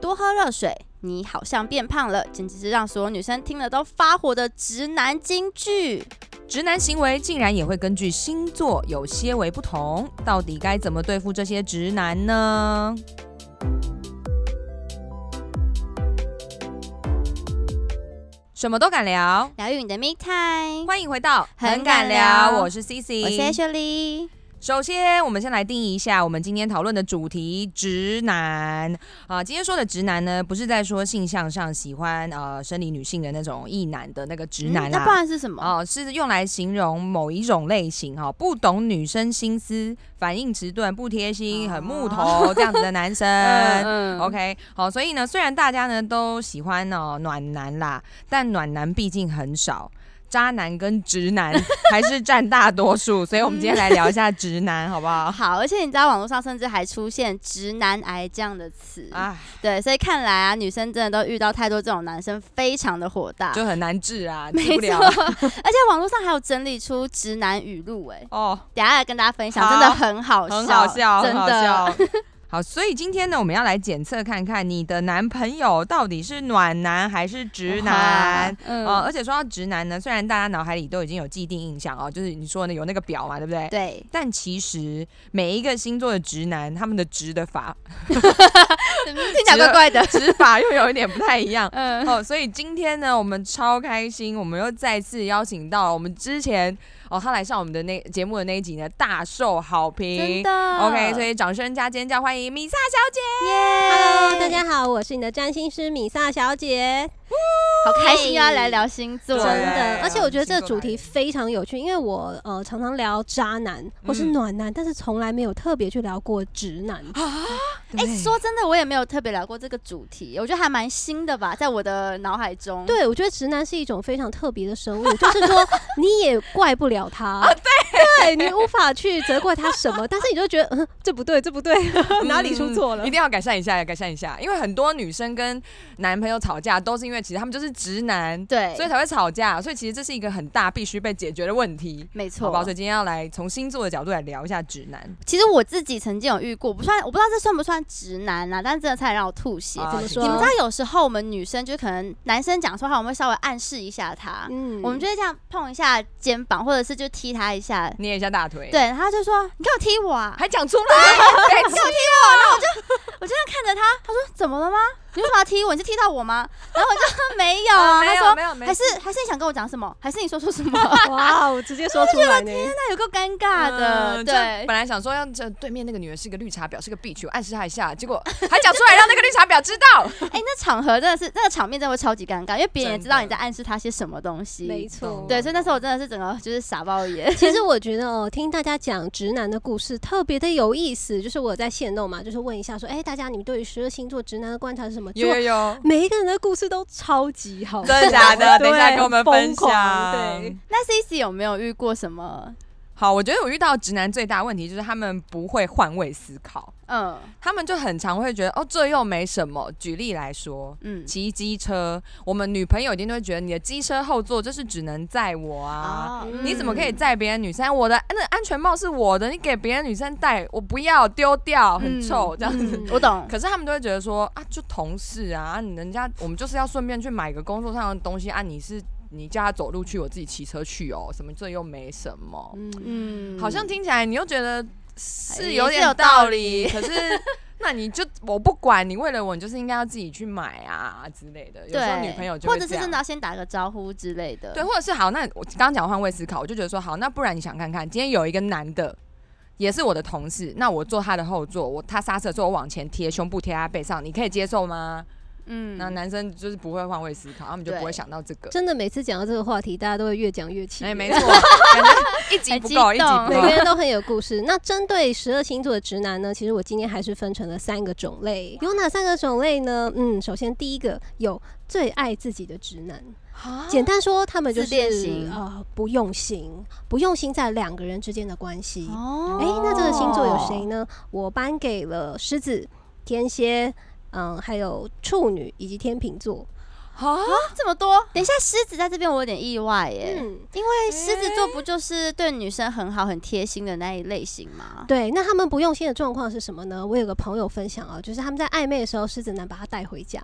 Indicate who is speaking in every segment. Speaker 1: 多喝热水，你好像变胖了，简直是让所有女生听了都发火的直男金句。
Speaker 2: 直男行为竟然也会根据星座有些微不同，到底该怎么对付这些直男呢？什么都敢聊，
Speaker 1: 疗愈你的 me time，
Speaker 2: 欢迎回到
Speaker 1: 很敢聊
Speaker 2: 我是 C C，
Speaker 1: 我是 Ashley。
Speaker 2: 首先，我们先来定义一下我们今天讨论的主题——直男啊、今天说的直男呢，不是在说性向上喜欢呃生理女性的那种异男的那个直
Speaker 1: 嗯
Speaker 2: 男啦、
Speaker 1: 那不然是什么？
Speaker 2: 哦，是用来形容某一种类型哈、不懂女生心思、反应迟钝、不贴心、很木头这样子的男生。
Speaker 1: 哦嗯
Speaker 2: OK，好，所以呢，虽然大家呢都喜欢哦暖男啦，但暖男毕竟很少。渣男跟直 男还是占大多数，所以我们今天来聊一下直男，好不好？
Speaker 1: 好，而且你知道网络上甚至还出现“直男癌”这样的词
Speaker 2: 啊，
Speaker 1: 对，所以看来啊，女生真的都遇到太多这种男生，非常的火大。
Speaker 2: 就很难治啊，治
Speaker 1: 没
Speaker 2: 不
Speaker 1: 错，
Speaker 2: 了
Speaker 1: 而且网络上还有整理出直男语录，哎，
Speaker 2: 哦，
Speaker 1: 等一下来跟大家分享，真
Speaker 2: 好
Speaker 1: 的很好笑，
Speaker 2: 很好笑，
Speaker 1: 真
Speaker 2: 很
Speaker 1: 的。
Speaker 2: 好笑。好，所以今天呢，我们要来检测看看你的男朋友到底是暖男还是直男。
Speaker 1: 哇，嗯，
Speaker 2: 哦，而且说到直男呢，虽然大家脑海里都已经有既定印象哦，就是你说的有那个表嘛，对不对？
Speaker 1: 对，
Speaker 2: 但其实每一个星座的直男，他们的直的法
Speaker 1: 嗯听起来怪怪的，
Speaker 2: 直法又有一点不太一 样。
Speaker 1: 嗯，
Speaker 2: 哦，所以今天呢，我们超开心，我们又再次邀请到我们之前哦，他来上我们的那节目的那一集呢，大受好
Speaker 1: 真
Speaker 2: 评。
Speaker 1: 的
Speaker 2: OK，所以掌声加尖叫，欢迎米萨小姐。
Speaker 1: 耶
Speaker 3: Hello，大家好，我是你的占星师米萨小姐。
Speaker 1: 好开心又要来聊星座
Speaker 3: 真
Speaker 2: 对
Speaker 1: 了，
Speaker 3: 的，而且我觉得这个主
Speaker 2: 星
Speaker 3: 题
Speaker 2: 座
Speaker 3: 非常有趣，因为我呃常常聊渣男或是
Speaker 2: 嗯
Speaker 3: 暖男，但是从来没有特别去聊过直男。
Speaker 1: 哎、说真的，我也没有特别聊过这个主题，我觉得还蛮新的吧，在我的脑海中。
Speaker 3: 对，我觉得直男是一种非常特别的生物，就是说你也怪不了他，对，你无法去责怪他什么，但是你就觉得嗯这不对，这不对， 哪里出错了
Speaker 2: 一？定要改善一下，改善一下，因为很多女生跟男朋友吵架都是因为其实他们就是直男，
Speaker 1: 对，
Speaker 2: 所以才会吵架，所以其实这是一个很大必须被解决的问题。
Speaker 1: 没
Speaker 2: 好
Speaker 1: 错
Speaker 2: 吧，。所以今天要来从星座的角度来聊一下直男。
Speaker 1: 其实我自己曾经有遇过，不算，我不知道这算不算直男啊，但是真的差点让我吐血。
Speaker 2: 啊
Speaker 3: 怎么
Speaker 2: 请
Speaker 3: 说
Speaker 1: 你
Speaker 2: 说
Speaker 1: 们知道，有时候我们女生就可能男生讲说话，我们会稍微暗示一下他，
Speaker 3: 嗯
Speaker 1: 我们就会这样碰一下肩膀，或者是就踢他一下，
Speaker 2: 捏一下大腿，
Speaker 1: 对，然后他就说：“你给我踢我啊
Speaker 2: 还讲出来，对！”
Speaker 1: 我就这样看着他，他说：“怎么 了吗？你为什么要踢我？你是踢到我吗？”然后我就说：“没有 啊。”他说
Speaker 2: 哦没有没：“
Speaker 1: 还是还是你想跟我讲什么？还是你说出什么？”
Speaker 3: 哇，我直接说出来呢。
Speaker 1: 那有够尴尬的，
Speaker 2: 嗯就
Speaker 1: 对
Speaker 2: 本。来想说要这对面那个女人是个绿茶婊，是个 B 区，我暗示她一下，结果还讲出来让那个绿茶婊知 道。
Speaker 1: 哎、那场合真的是那个场面真的会超级尴尬，因为别人也
Speaker 2: 真的
Speaker 1: 知道你在暗示他些什么东西。
Speaker 3: 没
Speaker 2: 懂
Speaker 3: 错，
Speaker 1: 对，所以那时候我真的是整个就是傻爆眼。
Speaker 3: 其实我觉得哦，听大家讲直男的故事特别的有意思。就是我在线弄嘛，就是问一下说，哎、大家你们对于十二星座直男的观察是什么？
Speaker 2: 有
Speaker 3: 就
Speaker 2: 有有，
Speaker 3: 每一个人的故事都超级好笑，
Speaker 2: 真的假的？
Speaker 3: 对
Speaker 2: 等一下跟我们分
Speaker 3: 疯狂
Speaker 2: 享。
Speaker 3: 对，
Speaker 1: 那 C C 有没有遇过什么？
Speaker 2: 好，我觉得我遇到直男最大的问题就是他们不会换位思考，
Speaker 1: 嗯
Speaker 2: 他们就很常会觉得哦，这又没什么。举例来说。
Speaker 1: 嗯，
Speaker 2: 骑机车，我们女朋友一定都会觉得你的机车后座就是只能载我啊，
Speaker 1: 哦
Speaker 2: 你怎么可以
Speaker 1: 嗯
Speaker 2: 载别人女生？我的那安全帽是我的，你给别人女生戴，我不要丢掉，很臭、这样子。
Speaker 3: 嗯
Speaker 1: 我懂。
Speaker 2: 可是他们都会觉得说啊，就同事啊，啊人家我们就是要顺便去买个工作上的东西啊，你是你叫他走路去，我自己骑车去哦，什么这又没什么。
Speaker 3: 嗯，
Speaker 1: 嗯哎
Speaker 2: 好像听起来你又觉得
Speaker 1: 也
Speaker 2: 是有
Speaker 1: 是
Speaker 2: 点
Speaker 1: 有道
Speaker 2: 道理，可是那你就我不管你为了我，你就是应该要自己去买啊之类的。有时候
Speaker 1: 对，
Speaker 2: 女朋友就
Speaker 1: 或
Speaker 2: 会
Speaker 1: 者是
Speaker 2: 这样
Speaker 1: 真的要先打个招呼之类的。
Speaker 2: 对，或者是好，那我刚刚讲换位思考，我就觉得说好，那不然你想看看，今天有一个男的。也是我的同事，那我坐他的后座，我他刹车的时候我往前贴，胸部贴他背上，你可以接受吗？
Speaker 1: 嗯
Speaker 2: 那男生就是不会换位思考，他们就不
Speaker 1: 对
Speaker 2: 会想到这个。
Speaker 3: 真的每次讲到这个话题，大家都会越讲越气。
Speaker 2: 哎、没错，感觉一集
Speaker 1: 很
Speaker 2: 不
Speaker 1: 激
Speaker 2: 够，一集
Speaker 1: 动
Speaker 2: 不
Speaker 3: 每
Speaker 2: 够
Speaker 3: 个。人都很有故事。那 针对十二星座的直男呢，其实我今天还是分成了三个种类。有哪三个种类呢？嗯，首先第一个有最爱自己的直男，简单说，他们就
Speaker 1: 哦自恋
Speaker 3: 是
Speaker 1: 型
Speaker 3: 呃不用心，不用心在两个人之间的关系。
Speaker 1: 哦
Speaker 3: 哎、那这个星座有谁？呢？我颁给呃了狮子、天蝎，嗯，还有处女以及天秤座。
Speaker 2: 啊，
Speaker 1: 这么多。等一下，狮子在这边我有点意外耶，
Speaker 3: 嗯，
Speaker 1: 因为狮子座不就是对女生很好、很贴心的那一类型吗？
Speaker 3: 对，那他们不用心的状况是什么呢？我有个朋友分享啊，就是他们在暧昧的时候，狮子男把他带回家，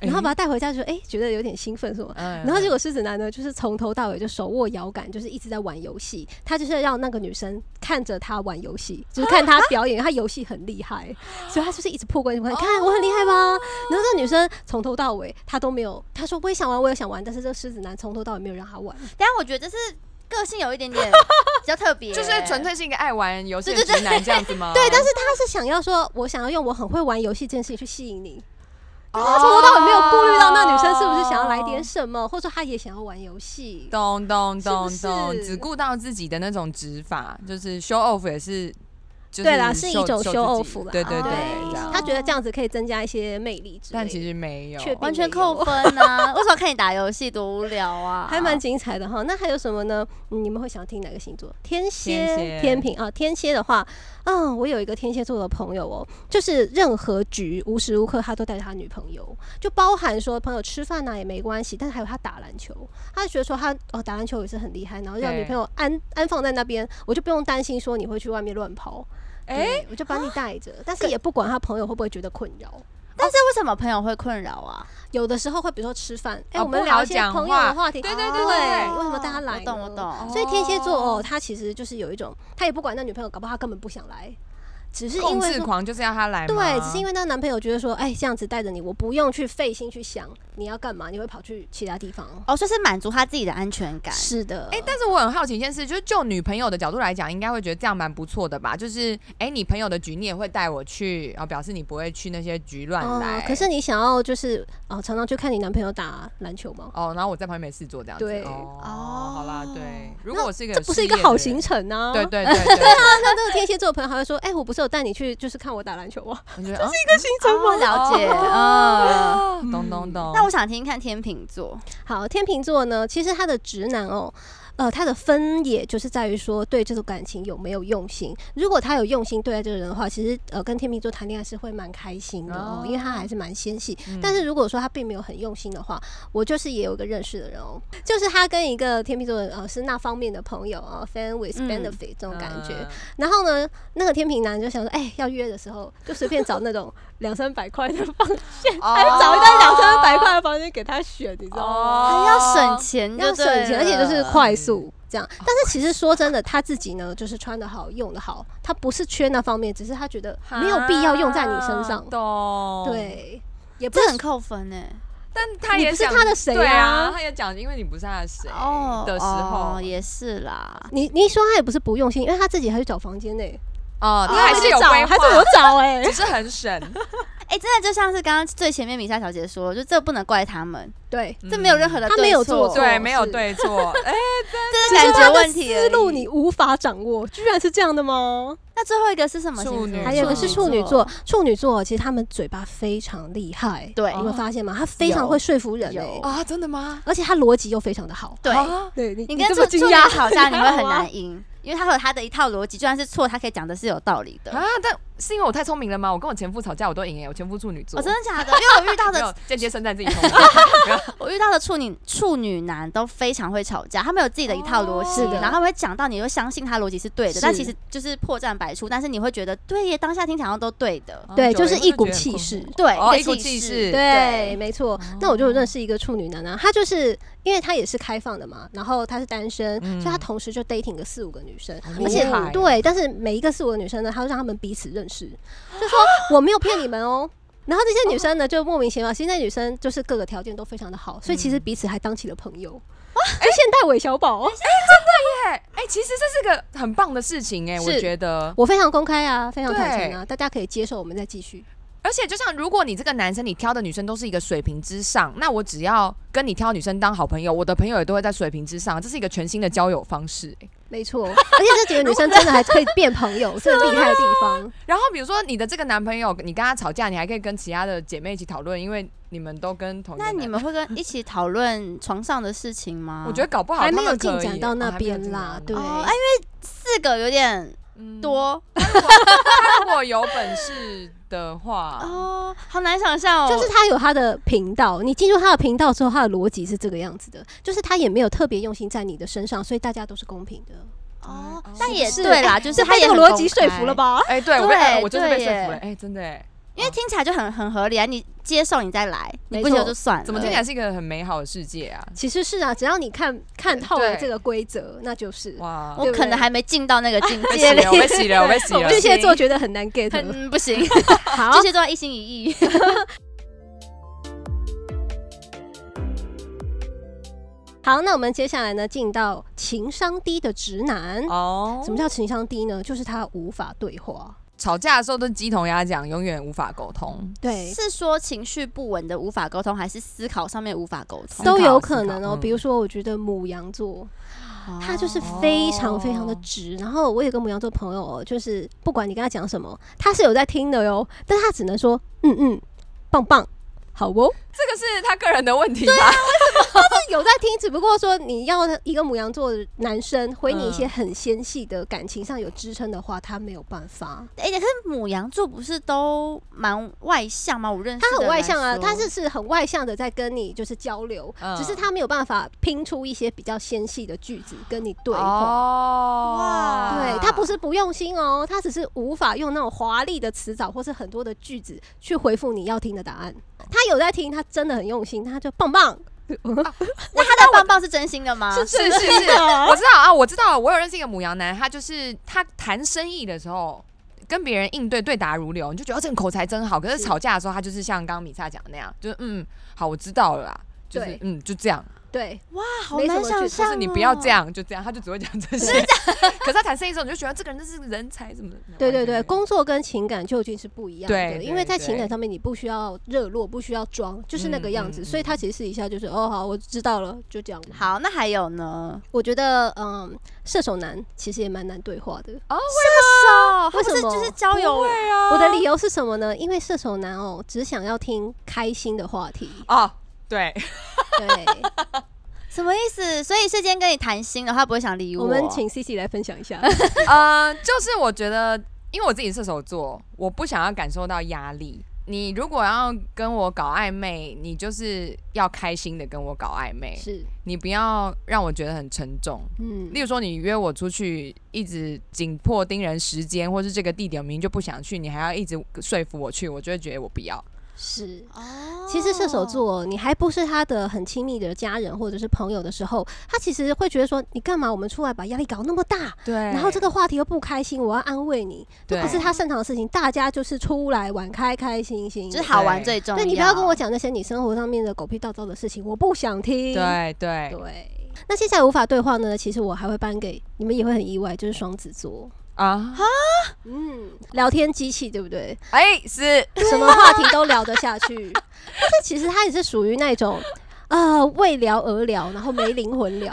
Speaker 3: 然后把他带回家就哎、诶觉得有点兴奋什么。
Speaker 2: 嗯
Speaker 3: 然后结果狮子男呢，就是从头到尾就手握摇杆，就是一直在玩游戏。他就是让那个女生看着他玩游戏，就是看他表演，因为他游戏很厉 害，所以他就是一直破关。你看哎我很厉害吧？然后这个女生从头到尾她都没有，她说我也想玩，我也想玩，但是这个狮子男从头到尾没有让她
Speaker 2: 哦
Speaker 3: 玩。
Speaker 1: 等一下我觉得这是个性有一点 点比较特别，
Speaker 2: 就是纯。粹是一个爱玩游戏的直男这样子吗？
Speaker 3: 对，但是他是想要说，我想要用我很会玩游戏这件事情去吸引你。
Speaker 2: 哦
Speaker 3: 他从头到尾没有顾虑到那女生是不是想要来点什么，或者说他也想要玩游戏。
Speaker 2: 咚咚咚
Speaker 3: 是不
Speaker 2: 咚，
Speaker 3: 是
Speaker 2: 只顾到自己的那种指法，就是 show off 也是，就是
Speaker 3: 对啦是一种
Speaker 2: show
Speaker 3: show
Speaker 2: 自己
Speaker 3: off 啦
Speaker 2: 对对
Speaker 1: 对
Speaker 2: 对，这样
Speaker 3: 他觉得这样子可以增加一些魅力之类的，
Speaker 2: 但其实没有，
Speaker 3: 确定
Speaker 1: 完全扣分啊！ 为什么看你打游戏多无聊啊？
Speaker 3: 还蛮精彩的哈。那还有什么呢？嗯你们会想听哪个星座？天蝎、
Speaker 2: 天蝎
Speaker 3: 天平啊。天蝎的话，嗯，我有一个天蝎座的朋友哦，就是任何局无时无刻他都带着他女朋友，就包含说朋友吃饭呐、啊也没关系，但是还有他打篮球，他就觉得说他哦打篮球也是很厉害，然后让
Speaker 2: 对
Speaker 3: 女朋友安安放在那边，我就不用担心说你会去外面乱跑。
Speaker 2: 哎，啊
Speaker 3: 对，我就把你带着，但是也不管他朋友会不会觉得困扰。
Speaker 1: 但
Speaker 3: 哦
Speaker 1: 是为什么朋友会困扰啊？
Speaker 3: 有的时候会，比如说吃饭，哎、
Speaker 2: 哦
Speaker 3: 我们
Speaker 2: 不
Speaker 3: 聊
Speaker 2: 好
Speaker 3: 一些
Speaker 2: 讲
Speaker 3: 朋友
Speaker 2: 话
Speaker 3: 的话题，啊
Speaker 2: 对对对
Speaker 3: 对
Speaker 2: 对对
Speaker 3: 为什么带他
Speaker 1: 哦
Speaker 3: 来？
Speaker 1: 我懂，我。懂。
Speaker 3: 所以天蝎座哦，他其实就是有一种，他也不管那女朋友，搞不好他根本不想来，只是因
Speaker 2: 控
Speaker 3: 为
Speaker 2: 制
Speaker 3: 说
Speaker 2: 狂就是要他来吗，
Speaker 3: 对，只是因为那男朋友觉得说，哎、这样子带着你，我不用去费心去想你要干嘛，你会跑去其他地方。
Speaker 1: 哦，就是满足他自己的安全感。
Speaker 3: 是的，
Speaker 2: 哎、但是我很好奇一件事，就是就女朋友的角度来讲，应该会觉得这样蛮不错的吧？就是哎、你朋友的局你也会带我去，然、后表示你不会去那些局乱来、
Speaker 3: 哦，可是你想要就是哦，常常去看你男朋友打篮球吗？
Speaker 2: 哦，然后我在旁边没事做这样子。
Speaker 3: 对
Speaker 2: 哦，
Speaker 1: 哦
Speaker 2: 好啦，对。如果我是一个
Speaker 3: 这
Speaker 2: 有
Speaker 3: 不是一
Speaker 2: 事
Speaker 3: 个
Speaker 2: 业
Speaker 3: 好
Speaker 2: 的
Speaker 3: 行
Speaker 2: 人，
Speaker 3: 程啊！
Speaker 2: 对，对对对对，
Speaker 3: 那这个天蝎座的朋友还会说，哎、我不是有带你去，就是看我打篮球吗？
Speaker 2: 我 觉得啊哦这是一
Speaker 1: 星座吗？哦了解 啊。嗯
Speaker 2: 个懂懂懂。
Speaker 1: 那我想听听看天秤座，
Speaker 3: 好，天秤座呢，其实他的直男哦，呃，他的分野就是在于说对这种感情有没有用心。如果他有用心对待这个人的话，其实呃跟天秤座谈恋爱是会蛮开心的哦
Speaker 2: 哦，
Speaker 3: 因为他还是蛮纤细。
Speaker 2: 嗯
Speaker 3: 但是如果说他并没有很用心的话，我就是也有一个认识的人哦，就是他跟一个天秤座的呃是那方面的朋友哦，fan with
Speaker 1: 嗯
Speaker 3: benefit、这种感觉。
Speaker 2: 嗯
Speaker 3: 然后呢，那个天秤男就想说，哎、要约的时候就随便找那种两三百块的房，
Speaker 2: 哦
Speaker 3: 还找一张两三百块的房间给他选，你知道吗？
Speaker 1: 还
Speaker 2: 哦
Speaker 1: 哎要省钱，
Speaker 3: 要省钱，而且就是
Speaker 1: 快。
Speaker 3: 快速这样。但是其实说
Speaker 1: 哦
Speaker 3: 真的，他自己呢，就是穿的好，用的好，他不是缺那方面，只是他觉得没有必要用在你身上
Speaker 2: 啊。懂？，
Speaker 3: 对，也不
Speaker 1: 这
Speaker 3: 是
Speaker 1: 很扣分哎、
Speaker 2: 但他
Speaker 3: 你
Speaker 2: 也
Speaker 3: 不是
Speaker 2: 想
Speaker 3: 他的谁
Speaker 2: 对
Speaker 3: 啊
Speaker 2: 啊，他也讲，因为你不是他的谁
Speaker 1: 哦
Speaker 2: 的时候
Speaker 1: 哦、，也是啦。
Speaker 3: 你你一说他也不是不用心，因为他自己还去找房间呢、
Speaker 2: 哦，
Speaker 3: 他
Speaker 2: 他还是有
Speaker 3: 找，
Speaker 2: 规划，
Speaker 3: 还是我找哎、
Speaker 2: 只是很省，
Speaker 1: 哎、真的就像是刚刚最前面米莎小姐说，就这不能怪他们，
Speaker 3: 对，
Speaker 1: 这没有任
Speaker 2: 何。
Speaker 1: 何的
Speaker 3: 嗯
Speaker 1: 对
Speaker 3: 他
Speaker 1: 错
Speaker 3: 没有做错
Speaker 2: 对，
Speaker 3: 是
Speaker 2: 没有对错， 哎、
Speaker 1: 这是感觉问题
Speaker 3: 只
Speaker 1: 而已。
Speaker 3: 是他的思路你无法掌握，居然是这样的吗？
Speaker 1: 那最后一个是什么
Speaker 2: 处
Speaker 1: 星
Speaker 2: 女
Speaker 1: 座？
Speaker 2: 座
Speaker 3: 还有一个是处女座，，处女座其实他们嘴巴非常厉害，
Speaker 1: 对哦
Speaker 3: 你有没有发现吗？他非常
Speaker 1: 有
Speaker 3: 会说服人哎、
Speaker 1: 有
Speaker 2: 啊，真的吗？
Speaker 3: 而且他逻辑又非常的好。
Speaker 1: 对。
Speaker 2: 啊
Speaker 3: 对你
Speaker 1: 你跟
Speaker 3: 这
Speaker 1: 处
Speaker 3: 么
Speaker 1: 处
Speaker 3: 惊
Speaker 1: 女
Speaker 3: 讶
Speaker 1: 吵架，你会很
Speaker 3: 好啊
Speaker 1: 难赢，因为他有他的一套逻辑，就算是错，他可以讲的是有道理的。
Speaker 2: 啊，但是因为我太聪明了吗？我跟我前夫吵架，我都赢哎，我前夫处女
Speaker 1: 哦
Speaker 2: 座，
Speaker 1: 我、
Speaker 3: 哦
Speaker 1: 真的 假的？因为我遇到
Speaker 2: 没
Speaker 1: 的
Speaker 2: 有间接称赞自己聪明。
Speaker 1: 我遇到的处女处女男都非常会吵架，他们有自己的一套逻辑，
Speaker 3: 哦是的
Speaker 1: 然后他们会讲到你会相信他逻辑是对的，
Speaker 3: 是
Speaker 1: 但其实就是破绽百出，但是你会觉得对耶，当下听起来好像都对的，
Speaker 3: 对
Speaker 2: 久了
Speaker 3: 就是
Speaker 2: 以后
Speaker 3: 一股
Speaker 2: 觉得很
Speaker 3: 气
Speaker 2: 困
Speaker 3: 势
Speaker 2: 惑嗯
Speaker 1: 对，
Speaker 2: 哦，
Speaker 1: 个
Speaker 2: 一股气势，
Speaker 3: 对，
Speaker 1: 对
Speaker 3: 没错。那我就认识一个处女男啊，他就是因为他也是开放的嘛，然后他是单身，
Speaker 2: 嗯
Speaker 3: 所以他同时就 dating 个四五个女生，
Speaker 2: 好
Speaker 3: 而
Speaker 2: 厉
Speaker 3: 且
Speaker 2: 害
Speaker 3: 对，但是每一个四五个女生呢，他都让他们彼此认识，就说我没有骗你们哦。然后这些女生呢，就莫名其妙。其实那女生就是各个条件都非常的好，所
Speaker 2: 嗯
Speaker 3: 以其实彼此还当起了朋 友。哎，现代韦小宝，
Speaker 2: 哎哎，其实这是个很棒的事情哎，我
Speaker 1: 是
Speaker 2: 觉得。
Speaker 3: 我非常公开啊，非常坦诚啊，大家可以接受，我们再继续。
Speaker 2: 而且就像如果你这个男生，你挑的女生都是一个水平之上，那我只要跟你挑女生当好朋友，我的朋友也都会在水平之上，这是一个全新的交友方式哎。
Speaker 3: 没错，而且这几个女生真的还可以变朋 友，这个厉害的地方。
Speaker 2: 然后比如说你的这个男朋友，你跟他吵架，你还可以跟其他的姐妹一起讨论，因为你们都跟同一个
Speaker 1: 那
Speaker 2: 男
Speaker 1: 你们会跟一起讨论床上的事情吗？啊
Speaker 2: 我觉得搞不好
Speaker 3: 还没
Speaker 2: 他们
Speaker 3: 有进
Speaker 2: 可以
Speaker 3: 展到
Speaker 2: 哦
Speaker 3: 那
Speaker 2: 还没有
Speaker 3: 边
Speaker 2: 进展
Speaker 3: 啦
Speaker 2: 到
Speaker 3: 对
Speaker 1: 哦，哎因为四个有点
Speaker 2: 嗯
Speaker 1: 多
Speaker 2: 他如果有本事的话，
Speaker 1: 哦，好难想象哦。
Speaker 3: 嗯就是他有他的频道，你进入他的频道之后，他的逻辑是这个样子的，就是他也没有特别用心在你的身上，所以大家都是公平的。
Speaker 1: 哦
Speaker 2: 嗯，
Speaker 1: 但
Speaker 2: 是
Speaker 1: 也
Speaker 2: 是
Speaker 1: 对啦，
Speaker 3: 哎
Speaker 1: 就是
Speaker 3: 这
Speaker 1: 他
Speaker 3: 被
Speaker 1: 也
Speaker 3: 这个
Speaker 1: 很
Speaker 3: 逻
Speaker 1: 公
Speaker 3: 辑说服
Speaker 1: 开
Speaker 3: 了？吧？
Speaker 2: 哎，对我被哎
Speaker 1: 对
Speaker 2: 我真的被说
Speaker 1: 对耶
Speaker 2: 服了，哎，真的哎，
Speaker 1: 因为听起来就很很合理啊，你接受你再来，你
Speaker 3: 没
Speaker 1: 不接受
Speaker 3: 错
Speaker 1: 就算了。
Speaker 2: 怎么听起来是一个很美好的世界啊？
Speaker 3: 其实是啊，只要你看看透了
Speaker 2: 对
Speaker 3: 这个规则，那就是。
Speaker 2: 哇，
Speaker 1: 我
Speaker 3: 对不
Speaker 1: 可能
Speaker 3: 对
Speaker 1: 还没进到那个 境
Speaker 2: 被洗
Speaker 1: 界里
Speaker 2: 了，，我被洗 了，我被洗了。
Speaker 3: 巨蟹座觉得很难 get，
Speaker 1: 啊嗯 很不行，
Speaker 3: 好
Speaker 1: 巨，蟹座要一心一 意。
Speaker 3: 好，那我们接下来呢，进到情商低的直男。
Speaker 2: 哦，
Speaker 3: 什么叫情商低呢？就是他无法对话。
Speaker 2: 吵架的时候都鸡同鸭讲，永远无法沟通。
Speaker 3: 对，
Speaker 1: 是说情绪不稳的无法沟通，还是思考上面无法沟通？
Speaker 3: 都有
Speaker 2: 思考
Speaker 3: 可能哦、
Speaker 2: 嗯
Speaker 3: 比如说，我觉得母羊座，他就是
Speaker 1: 哦
Speaker 3: 非常非常的直。然后我有个母羊座朋友、哦，就是不管你跟他讲什么，他是有在听的哟，但他只能说嗯嗯，棒棒，好哦，
Speaker 2: 这个是他个人的问题吧？
Speaker 3: 啊就是有在听。只不过说你要一个母羊座的男生回你一些
Speaker 2: 嗯
Speaker 3: 很纤细的感情上有支撑的话，他没有办法。
Speaker 1: 哎、可是母羊座不是都蛮外向吗？我认识
Speaker 3: 他
Speaker 1: 的
Speaker 3: 很
Speaker 1: 人
Speaker 3: 外向啊，
Speaker 1: 说
Speaker 3: 他是是很外向的，在跟你就是交流，
Speaker 2: 嗯
Speaker 3: 只是他没有办法拼出一些比较纤细的句子跟你对话。
Speaker 2: 哦
Speaker 1: 哇
Speaker 3: 对他不是不用心哦，他只是无法用那种华丽的词藻或是很多的句子去回复你要听的答案。他有在听，他真的很用心，他就棒棒。
Speaker 1: 那他的棒棒是真心的吗？
Speaker 2: 是是是，我知道啊，我知道，我有认识一个母羊男，他就是他谈生意的时候。跟别人应对对答如流，你就觉得、哦、这个口才真好。可是
Speaker 3: 是
Speaker 2: 吵架的时候，他就是像刚刚米莎讲的那样，就是嗯，好，我知道了啦，就是
Speaker 3: 对
Speaker 2: 嗯，就这样，
Speaker 3: 对，
Speaker 1: 哇，好
Speaker 3: 没什
Speaker 1: 难
Speaker 3: 么
Speaker 1: 想
Speaker 3: 剧
Speaker 1: 象、哦。
Speaker 2: 就是你不要这，样，就这样，他就只会讲这些。 可是他谈生意的时候，你就觉得这个人真是人才，怎么的？
Speaker 3: 对
Speaker 2: 完
Speaker 3: 对
Speaker 2: 全没
Speaker 3: 对，
Speaker 2: 有
Speaker 3: 工作跟情感究竟是不一样
Speaker 2: 对
Speaker 3: 的，
Speaker 2: 对
Speaker 3: 因为在情
Speaker 2: 对
Speaker 3: 感上面你不需要热络，不需要装，就是那个
Speaker 2: 嗯
Speaker 3: 样
Speaker 2: 嗯
Speaker 3: 子。
Speaker 2: 嗯
Speaker 3: 所以他其实一下就是哦好，我知道了，就这样。
Speaker 1: 好，那还有呢？
Speaker 3: 我觉得嗯，射手男其实也蛮难对话的。
Speaker 1: 哦，
Speaker 3: 为
Speaker 1: 他不是
Speaker 3: 什么
Speaker 1: 就是交友
Speaker 2: 啊不会啊，
Speaker 3: 我的理由是什么呢？因为射手男哦，只想要听开心的话 题。
Speaker 2: 哦，对，
Speaker 3: 对，
Speaker 2: 啊
Speaker 1: 什么意思？所以是今天跟你谈心的话，不会想理
Speaker 3: 我们请 C C 来分享一下。
Speaker 2: 呃，就是我觉得，因为我自己是射手座，我不想要感受到压力。你如果要跟我搞暧昧，你就是要开心的跟我搞暧昧，
Speaker 3: 是，
Speaker 2: 你不要让我觉得很沉重。
Speaker 3: 嗯
Speaker 2: 例，如说，你约我出去，一直紧迫盯人时间，或是这个地点我明明就不想去，你还要一直说服我去，我就会觉得我不要。
Speaker 3: 是。
Speaker 1: 哦
Speaker 3: 其实射手座，你还不是他的很亲密的家人或者是朋友的时候，他其实会觉得说，你干嘛我们出来把压力搞那么大？
Speaker 2: 对，
Speaker 3: 然后这个话题又不开心，我要安慰你，这
Speaker 2: 对
Speaker 3: 不是他擅长的事情。大家就是出来玩，开开心心
Speaker 1: 就是
Speaker 3: 的。
Speaker 1: 好玩最重要。
Speaker 3: 对你不要跟我讲那些你生活上面的狗屁倒灶的事情，我不想听。
Speaker 2: 对对
Speaker 3: 对。那接下来无法对话呢？其实我还会颁给你们，也会很意外，就是双子座。
Speaker 2: 啊，
Speaker 3: 嗯，聊天机器对不对？
Speaker 2: 哎、是。
Speaker 3: 什么话题都聊得下去。 但是其实他也是属于那种，呃，为聊而聊，然后没灵魂聊。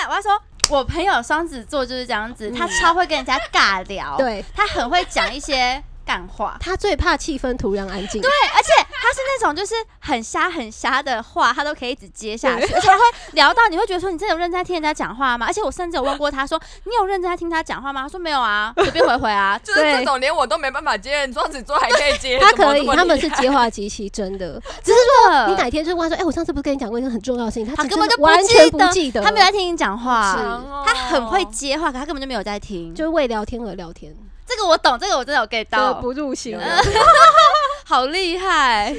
Speaker 1: 讲，我要说，我朋友双子座就是这样子，他超会跟人家尬聊，，
Speaker 3: 对
Speaker 1: 他很会讲一些干话，
Speaker 3: 他最怕气氛突然安静。对，
Speaker 1: 对，而且他是那种就是很瞎很瞎的话，他都可以一直接下去，而且他会聊到你会觉得说，你真的有认真在听人家讲话吗？而且我甚至有问过他说，你有认真在听他讲话吗？他说没有啊，随便回回 啊
Speaker 2: 就是这
Speaker 3: 对
Speaker 2: 种连我都没办法接，你双子座还可以接，
Speaker 3: 他
Speaker 2: 怎么
Speaker 3: 可以，
Speaker 2: 这么
Speaker 3: 他们
Speaker 2: 厉
Speaker 3: 是
Speaker 2: 害
Speaker 3: 接话机器，真的。你哪天就问他说：“哎、我上次不是跟你讲过一个很重要的事情？”他
Speaker 1: 他
Speaker 3: 只
Speaker 1: 根本就
Speaker 3: 是
Speaker 1: 不
Speaker 3: 完全不
Speaker 1: 记
Speaker 3: 记得，
Speaker 1: 他没有在听你讲话，
Speaker 2: 强哦
Speaker 1: 他很会接话，可他根本就没有在听。
Speaker 3: 就是为聊天而聊天，
Speaker 1: 这个我懂，这个我真的有 get
Speaker 3: 这
Speaker 1: 到，
Speaker 3: 不入行了。
Speaker 2: 啊
Speaker 1: 好厉害。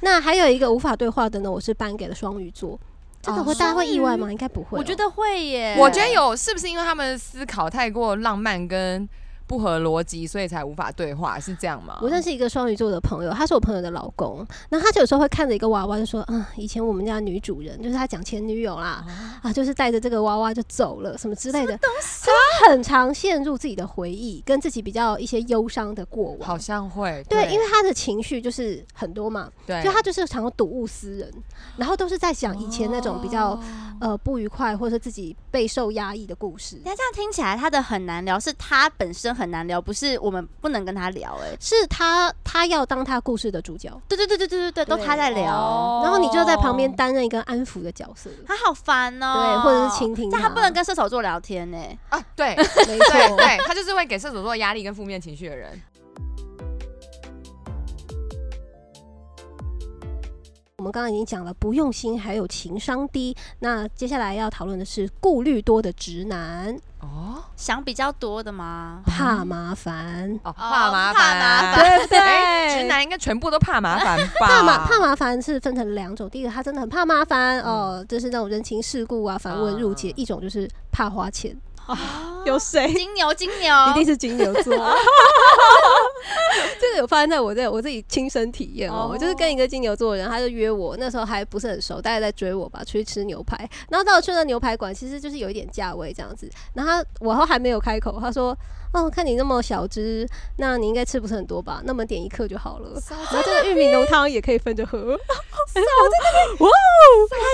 Speaker 3: 那还有一个无法对话的呢，我是颁给了双鱼座。这个会大家会意外吗？应该不会哦、
Speaker 1: 我觉得会耶，
Speaker 2: 我觉得有，是不是因为他们思考太过浪漫跟不合逻辑，所以才无法对话？是这样吗？
Speaker 3: 我认识一个双鱼座的朋友，他是我朋友的老公，然后他有时候会看着一个娃娃就说：“啊、以前我们家
Speaker 2: 哦
Speaker 3: 女主人就是他讲前女友啦，啊，就是带着这个娃娃就走了什么之类的。”
Speaker 2: 东西
Speaker 3: 真的很常陷入自己的回忆，跟自己比较一些忧伤的过
Speaker 2: 好
Speaker 3: 往。
Speaker 2: 像会
Speaker 3: 对，因为他的情绪就是很多嘛，
Speaker 2: 对
Speaker 3: 就他就是常常睹物思人，然后都是在想以前那种比较、
Speaker 2: 哦
Speaker 3: 呃不愉快，或者是自己备受压抑的故事。
Speaker 1: 但这样听起来他的很难聊，是他本身很难聊，不是我们不能跟他聊、哎，
Speaker 3: 是他，他要当他故事的主角，
Speaker 1: 对对对对对对对，都他在聊，
Speaker 2: 哦
Speaker 3: 然后你就在旁边担任一个安抚的角色，
Speaker 1: 他好烦哦、
Speaker 3: 对，或者是倾听
Speaker 1: 但他不能跟射手座聊天呢、哎
Speaker 2: 啊， 对
Speaker 3: 没
Speaker 2: 对
Speaker 3: 错，
Speaker 2: 对，他就是会给射手座压力跟负面情绪的人。
Speaker 3: 我们刚刚已经讲了不用心，还有情商低。那接下来要讨论的是顾虑多的直男，
Speaker 2: 哦
Speaker 1: 想比较多的吗？
Speaker 3: 怕麻烦。
Speaker 2: 哦，怕麻
Speaker 1: 怕麻
Speaker 2: 烦，
Speaker 1: 烦
Speaker 2: 对不对？直男应该全部都怕麻烦吧？
Speaker 3: 怕麻怕麻烦是分成两种，第一个他真的很怕麻烦、
Speaker 1: 嗯
Speaker 3: 哦，就是那种人情世故啊、繁文缛节；
Speaker 2: 嗯
Speaker 3: 一种就是怕花钱，
Speaker 1: 哦
Speaker 3: 有谁？
Speaker 1: 金牛，金
Speaker 3: 一
Speaker 1: 牛，
Speaker 2: 哦
Speaker 3: 定是金牛 座。 这个有发生在我这我自己亲身体验哦，
Speaker 2: 哦
Speaker 3: 我就是跟一个金牛座的人，他就约我，那时候还不是很熟，大概在追我吧，出去吃牛排。然后到了去那牛排馆，其实就是有一点价位这样子。然后他我后还没有开口，他说：“哦，看你那么小只，那你应该吃不是很多吧？那么点一克就好了。”然后这个玉米浓汤也可以分着喝，
Speaker 1: 太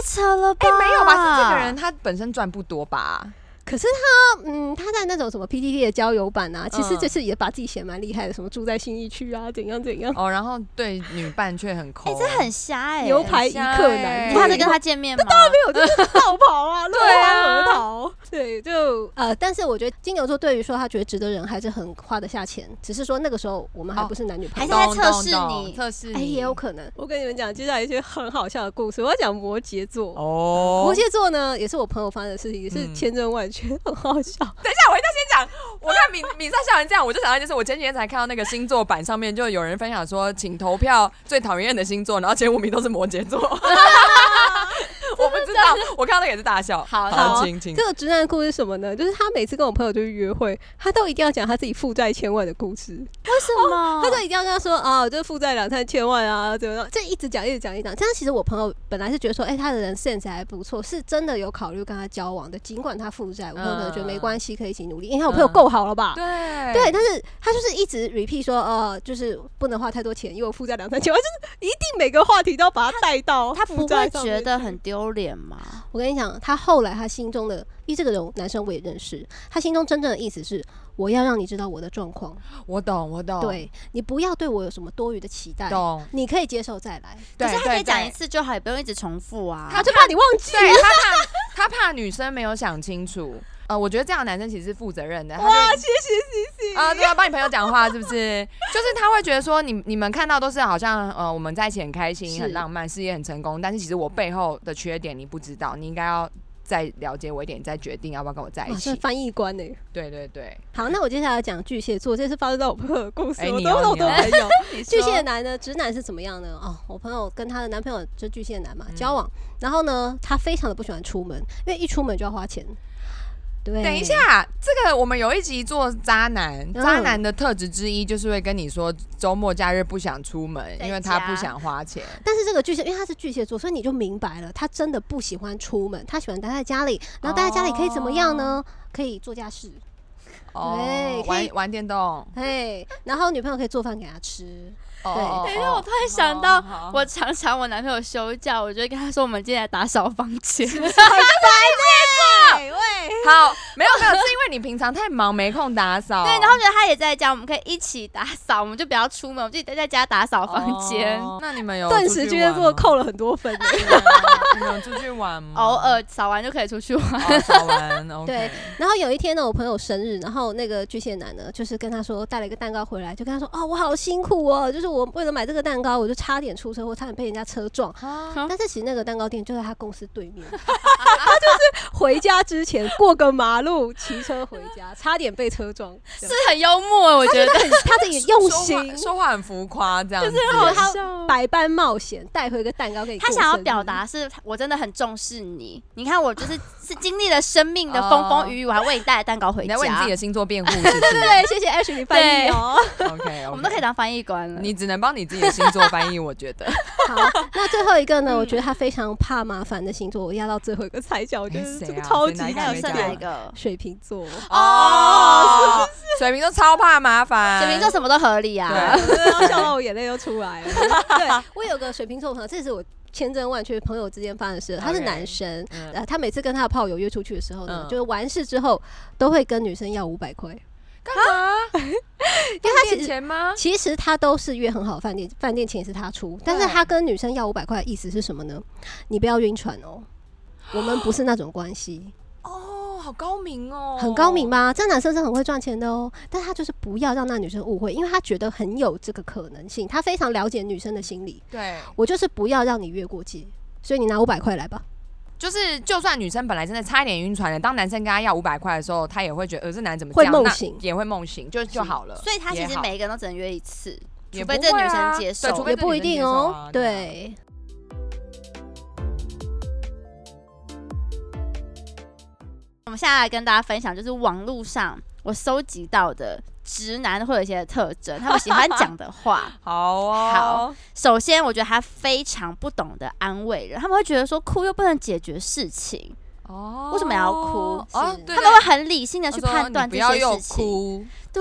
Speaker 1: 扯了吧？
Speaker 2: 哎，没有吧？是这个人他本身赚不多吧？
Speaker 3: 可是他，嗯，他在那种什么 PTT 的交友版啊，其实
Speaker 2: 嗯
Speaker 3: 就是也把自己写蛮厉害的，什么住在新义区啊，怎样怎样，
Speaker 2: 哦，然后对女伴却很抠，
Speaker 1: 哎、这很瞎 哎、
Speaker 3: 牛排一
Speaker 2: 像
Speaker 3: 克
Speaker 2: 欸
Speaker 3: 难。
Speaker 1: 他在跟他见面 吗？
Speaker 3: 我就是逃跑啊， 落
Speaker 2: 啊
Speaker 3: 荒而逃。对，就呃，但是我觉得金牛座对于说他觉得值得人还是很花得下钱，只是说那个时候我们还
Speaker 2: 哦
Speaker 3: 不是男女
Speaker 1: 还
Speaker 3: 朋友。
Speaker 1: 是在测
Speaker 2: 懂懂
Speaker 1: 试
Speaker 2: 懂
Speaker 1: 你
Speaker 2: 测试
Speaker 3: 哎、
Speaker 2: 你
Speaker 3: 也有可能。我跟你们讲，接下来一些很好笑的故事。我要讲摩羯座。
Speaker 2: 哦。
Speaker 3: 摩羯座呢，也是我朋友发生的事情，也是
Speaker 2: 嗯
Speaker 3: 千真万确，很好笑。
Speaker 2: 等一下，我一定要先讲。我看米米莎笑成这样，我就想到一件事。我前几天才看到那个星座版上面就有人分享说，请投票最讨厌的星座，然后前五名都是摩羯座。我不知道，我看到那个也是大笑。
Speaker 1: 好
Speaker 3: 好
Speaker 2: 请请
Speaker 3: 这个直男的故事是什么呢？就是他每次跟我朋友去约会，他都一定要讲他自己负债千万的故事。
Speaker 1: 为什么？
Speaker 3: 他就一定要跟他说啊，我就负债两三千万啊，怎么样？就一直讲，一直讲，一直讲。这样其实我朋友本来是觉得说，哎、他的人 sense 还不错，是真的有考虑跟他交往的。尽管他负债，我朋友可能觉得没关系，可以一起努力，因为我朋友够好了吧？
Speaker 2: 对
Speaker 3: 对，但是他就是一直 repeat 说，呃，就是不能花太多钱，因为我负债两三千万，就是一定每个话题都要把它带到
Speaker 1: 他
Speaker 3: 负
Speaker 1: 不
Speaker 3: 债
Speaker 1: 会
Speaker 3: 上
Speaker 1: 觉
Speaker 3: 面
Speaker 1: 得
Speaker 3: 去
Speaker 1: 很丢脸吗？
Speaker 3: 我跟你讲，他后来他心中的，因为这个人男生我也认识，他心中真正的意思是，我要让你知道我的状况，
Speaker 2: 我懂，我懂，
Speaker 3: 对你不要对我有什么多余的期待，
Speaker 2: 懂。
Speaker 3: 你可以接受再来，
Speaker 1: 可
Speaker 2: 对
Speaker 1: 是他可以讲一。
Speaker 2: 对对
Speaker 1: 次就好，也不用一直重复啊。
Speaker 3: 他就怕你忘记。
Speaker 2: 对他怕，他怕女生没有想清楚。呃，我觉得这样的男生其实是负责任的。哇，谢谢谢谢啊，对啊，帮你朋友讲话是不 是？就是他会觉得说你，你们看到都是好像呃，我们在一起很开心、
Speaker 3: 是
Speaker 2: 很浪漫，事业很成功，但是其实我背后的缺点你不知道，你应该要再了解我一点，你再决定要不要跟我在一
Speaker 3: 哇，这
Speaker 2: 起。
Speaker 3: 翻译官呢、
Speaker 2: 对对对，
Speaker 3: 好，那我接下来讲巨蟹座，这是发生在我朋友的故事，
Speaker 2: 哎
Speaker 3: 我
Speaker 2: 你
Speaker 3: 都
Speaker 2: 哦
Speaker 3: 我
Speaker 2: 你
Speaker 3: 都
Speaker 2: 哦
Speaker 3: 朋 友。巨蟹
Speaker 2: 说
Speaker 3: 男呢，直男是怎么样呢？哦，我朋友跟她的男朋友就巨蟹男嘛，
Speaker 2: 嗯
Speaker 3: 交往，然后呢，他非常的不喜欢出门，因为一出门就要花钱。对，
Speaker 2: 等一，下，这个我们有一集做渣男，
Speaker 3: 嗯
Speaker 2: 渣男的特质之一就是会跟你说周末假日不想出门，
Speaker 1: 在
Speaker 2: 因为他
Speaker 1: 家
Speaker 2: 不想花钱。
Speaker 3: 但是这个巨蟹，因为他是巨蟹座，所以你就明白了，他真的不喜欢出门，他喜欢待在家里。然后待在家里可以怎么样呢？可以做家事，
Speaker 2: 哦
Speaker 3: 对，可以
Speaker 2: 玩玩电动。
Speaker 3: 嘿，然后女朋友可以做饭给他吃。
Speaker 2: 哦
Speaker 1: 等
Speaker 2: 对
Speaker 1: 一哎下，我突然想到，我常常我男朋友休假，我就会跟他说，我们今天来打扫房间。
Speaker 3: 哎喂，
Speaker 2: 好，没有没有，是因为你平常太忙没空打 扫。
Speaker 1: 对，然后觉得他也在家，我们可以一起打扫，我们就不要出门，我们就待在家打扫房间，
Speaker 2: 哦那你们有
Speaker 3: 顿时
Speaker 2: 出
Speaker 3: 巨
Speaker 2: 去
Speaker 3: 蟹
Speaker 2: 玩
Speaker 3: 座
Speaker 2: 吗？
Speaker 3: 扣了很多分。
Speaker 2: 你们有出去玩 吗？
Speaker 1: 偶尔扫完就可以出去玩。
Speaker 2: 哦少玩。OK
Speaker 3: 对， 然后有一天呢，我朋友生日，然后那个巨蟹男呢，就是跟他说带了一个蛋糕回来，就跟他说：“哦，我好辛苦哦，就是我为了买这个蛋糕，我就差点出车祸，差点被人家车撞。”
Speaker 2: 啊
Speaker 3: 但是其实那个蛋糕店就在他公司对面，他 就是回家之前过个马路，骑车回家，差点被车撞，这
Speaker 1: 是
Speaker 3: 样
Speaker 1: 很幽默，我觉得
Speaker 3: 他自己用
Speaker 2: 说话
Speaker 3: 心，
Speaker 2: 说话很浮夸，这样子。
Speaker 3: 然后
Speaker 1: 好
Speaker 3: 他
Speaker 2: 哦
Speaker 3: 百般冒险带回个蛋糕给你，
Speaker 1: 他想要表。达是我真的很重视你。你看我就是是经历了生命的风风雨雨，我还为你带了蛋糕回
Speaker 2: 你
Speaker 1: 家
Speaker 2: 在。为你自己的星座辩护，是不是？
Speaker 3: 对，哎谢谢 Ash 你翻译 哦。
Speaker 2: 对，OK，
Speaker 1: 我们都可以。当翻译官了。
Speaker 2: 你只能帮你自己的星座翻译，我觉 得。
Speaker 3: 好，那最后一个
Speaker 2: 嗯
Speaker 3: 呢？我觉得他非常怕麻烦的星座，我压到最后一个才讲，我觉得
Speaker 2: 哎谁
Speaker 3: 这个
Speaker 2: 啊
Speaker 3: 超
Speaker 2: 谁
Speaker 3: 级
Speaker 2: 哪一个
Speaker 1: 还
Speaker 2: 还
Speaker 1: 有
Speaker 2: 没
Speaker 1: 剩
Speaker 2: 讲
Speaker 1: 哪一个？
Speaker 3: 水瓶 座。
Speaker 2: 哦，水瓶座超怕麻烦，
Speaker 1: 水瓶座什么都合理啊。
Speaker 2: 对
Speaker 3: 然后笑到我眼泪又出来了。对我有个水瓶座朋友，这是我千真万确朋友之间发生的事。他是
Speaker 2: OK
Speaker 3: 男生，
Speaker 2: 嗯
Speaker 3: 呃，他每次跟他的炮友约出去的时候呢，
Speaker 2: 嗯
Speaker 3: 就是完事之后都会跟女生要五百块，因
Speaker 2: 干 嘛？
Speaker 3: 为他
Speaker 2: 面
Speaker 3: 其实。
Speaker 2: 前吗？
Speaker 3: 其实他都是约很好的饭店，饭店钱也是他出，但是
Speaker 2: 对
Speaker 3: 他跟女生要五百块，意思是什么呢？你不要晕船哦，我们不是那种关系，
Speaker 2: 哦，好高明哦，
Speaker 3: 很高明？吧？这男生是很会赚钱的哦，但他就是不要让那女生误会，因为他觉得很有这个可能性，他非常了解女生的心理，
Speaker 2: 对，
Speaker 3: 我就是不要让你越过界，所以你拿五百块来吧。
Speaker 2: 就是就算女生本来真的差一点晕船了，当男生跟她要五百块的时候，她也会觉得，呃，这男人怎么这样
Speaker 3: 会梦
Speaker 2: 那
Speaker 3: 醒
Speaker 2: 也会梦醒，就就好了。
Speaker 1: 所以他其
Speaker 2: 也
Speaker 1: 实
Speaker 2: 好
Speaker 1: 每一个人都只能约一次，
Speaker 2: 也
Speaker 1: 除
Speaker 2: 不
Speaker 1: 非这
Speaker 2: 会
Speaker 1: 女
Speaker 2: 啊
Speaker 1: 生接
Speaker 2: 对除
Speaker 1: 受
Speaker 2: 非。
Speaker 3: 也不一定哦、
Speaker 2: 这个女生
Speaker 3: 对。
Speaker 1: 我们现在来跟大家分享，就是网络上我收集到的直男会有一些特征，他们喜欢讲的话。
Speaker 2: 好哦，
Speaker 1: 首先，我觉得他非常不懂得安慰人，他们会觉得说哭又不能解决事情，
Speaker 2: 好哦
Speaker 1: 为什么要哭
Speaker 2: 哦，
Speaker 3: 是
Speaker 2: 对
Speaker 1: 他们会很理性的
Speaker 2: 对
Speaker 1: 去
Speaker 2: 他说
Speaker 1: 判断
Speaker 2: 你
Speaker 1: 这
Speaker 2: 不要
Speaker 1: 些
Speaker 2: 又
Speaker 1: 事情。
Speaker 2: 哭，啊
Speaker 1: 对。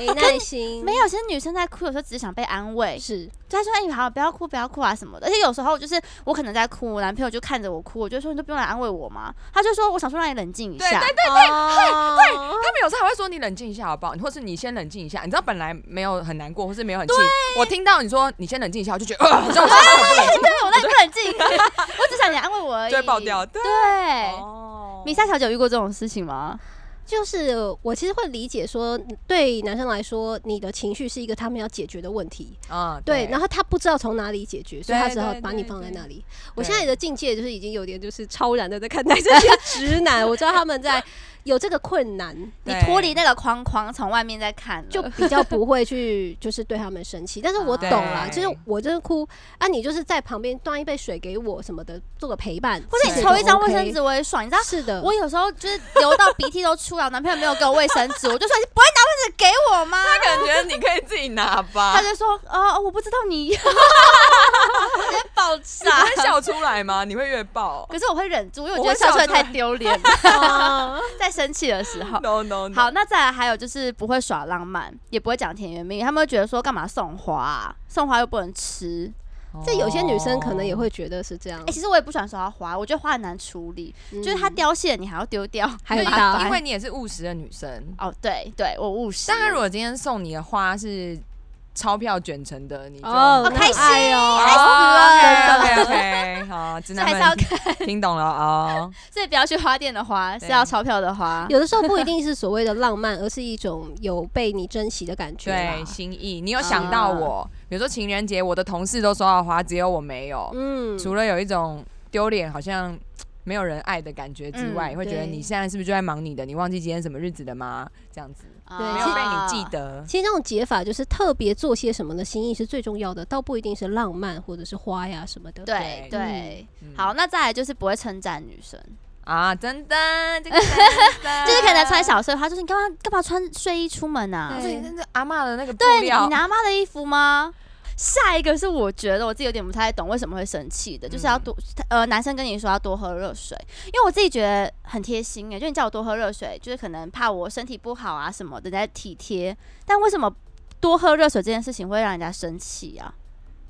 Speaker 3: 没耐 心，
Speaker 1: 没有，其实女生在哭有时候只是想被安慰，
Speaker 3: 是
Speaker 1: 就她说：“哎、好，不要哭，不要哭啊什么的。”而且有时候就是我可能在哭，我男朋友就看着我哭，我就说：“你都不用来安慰我吗？”他就说：“我想说让你冷静一
Speaker 2: 对
Speaker 1: 下。”
Speaker 2: 对
Speaker 3: 对对对
Speaker 2: 他们有时候还会说你冷静一下好不好？你或是你先冷静一下。你知道本来没有很难过，或是没有很气，我听到你说你先冷静一下，我就觉得 呃，好像我真的
Speaker 1: 对，我在不冷静， 我只想你安慰我而已。
Speaker 2: 就会爆掉。对，
Speaker 1: 对，
Speaker 2: 哦
Speaker 1: 米莎小姐有遇过这种事情吗？
Speaker 3: 就是我其实会理解说，对男生来说，你的情绪是一个他们要解决的问题，
Speaker 2: 嗯，
Speaker 3: 对，然
Speaker 2: 后
Speaker 3: 后他不知道从哪里解决，所以他
Speaker 2: 对
Speaker 3: 只好
Speaker 2: 对
Speaker 3: 把
Speaker 2: 对
Speaker 3: 你放在
Speaker 2: 对
Speaker 3: 那里。我现在的境界就是已经有点就是超然的在看待这些直男，我知道他们在有这个困难，
Speaker 1: 你脱离那个框框，从外面再看了，
Speaker 3: 就比较不会去就是对他们生气，但是我
Speaker 1: 哦
Speaker 3: 懂啦，
Speaker 2: 对
Speaker 3: 就是我就是哭啊，你就是在旁边端一杯水给我什么的，做个陪伴，
Speaker 1: 或者
Speaker 3: 其
Speaker 1: 你
Speaker 3: 实就
Speaker 1: 抽一张嗯卫
Speaker 3: OK
Speaker 1: 生纸，我也爽。你知道，
Speaker 3: 是的，
Speaker 1: 我有时候就是流到鼻涕都出来，我男朋友没有给我卫生纸，我就说 你不会拿卫生纸给我吗？
Speaker 2: 他感觉你可以自己拿吧
Speaker 1: 他。就说哦，我不知道你，直接爆
Speaker 2: 你
Speaker 1: 炸。
Speaker 2: 会笑出来吗？你会越 爆
Speaker 1: 可是我会忍住，因为我
Speaker 2: 我
Speaker 1: 觉
Speaker 2: 会
Speaker 1: 得笑出来
Speaker 2: 笑出来
Speaker 1: 太丢脸 了，
Speaker 2: 哦
Speaker 1: 在生气的 时候。
Speaker 2: ？No No No。
Speaker 1: 好，那再来还有就是不会耍浪漫，也不会讲甜言蜜语，他们会觉得说干嘛送花、啊，送花又不能吃。
Speaker 3: 这有些女生可能也会觉得是这样
Speaker 1: 哎、，其实我也不喜欢收到花，我觉得花很难处理，
Speaker 3: 嗯
Speaker 1: 就是它凋谢你还要丢掉，
Speaker 3: 还有
Speaker 1: 麻
Speaker 3: 大
Speaker 1: 烦
Speaker 2: 因为你也是务实的女生。
Speaker 1: 哦，对对，我务实。
Speaker 2: 但他如果今天送你的花是钞票卷成的，你就
Speaker 3: 哦，
Speaker 1: 好开心
Speaker 3: 那爱哦，
Speaker 1: 死了
Speaker 2: OK OK，好，
Speaker 1: 所
Speaker 2: 直
Speaker 1: 以
Speaker 2: 男
Speaker 1: 还是要
Speaker 2: 们
Speaker 1: 看，
Speaker 2: 听懂 了哦。
Speaker 1: 所以不要去花店的花，是
Speaker 2: 对
Speaker 1: 要钞票的花。
Speaker 3: 有的时候 不一定是所谓的浪漫，而是一种有被你珍惜的感觉啦。
Speaker 1: 啊
Speaker 2: 对，心意，
Speaker 1: 嗯
Speaker 2: 你有想到我？比如说情人节，我的同事都收到花，只有我没有。
Speaker 3: 嗯，
Speaker 2: 除了有一种丢脸，好像没有人爱的感觉之外，
Speaker 1: 嗯
Speaker 2: 会觉得
Speaker 3: 对
Speaker 2: 你现在是不是就在忙你的？你忘记今天什么日子的吗？这样子
Speaker 1: 啊
Speaker 2: 没有被你记。得。
Speaker 3: 其实这种解法就是特别做些什么的心意是最重要的，倒不一定是浪漫或者是花呀什么的。
Speaker 1: 对
Speaker 2: 对
Speaker 1: 对，
Speaker 2: 嗯
Speaker 1: 好，那再来就是不会称赞女生，
Speaker 2: 啊，真的， 这个真的
Speaker 1: 就是可能在
Speaker 3: 啊
Speaker 1: 穿。小碎花，就是你干嘛干嘛穿睡衣出门啊？
Speaker 2: 就是你那个阿嬷的那个布
Speaker 1: 对你
Speaker 2: 料
Speaker 1: 你，拿妈的衣服吗？下一个是我觉得我自己有点不太懂为什么会生气的，就是要
Speaker 3: 嗯
Speaker 1: 多、呃男生跟你说要多喝热水，因为我自己觉得很贴心哎、就你叫我多喝热水，就是可能怕我身体不好啊什么的，在体贴。但为什么多喝热水这件事情会让人家生气啊？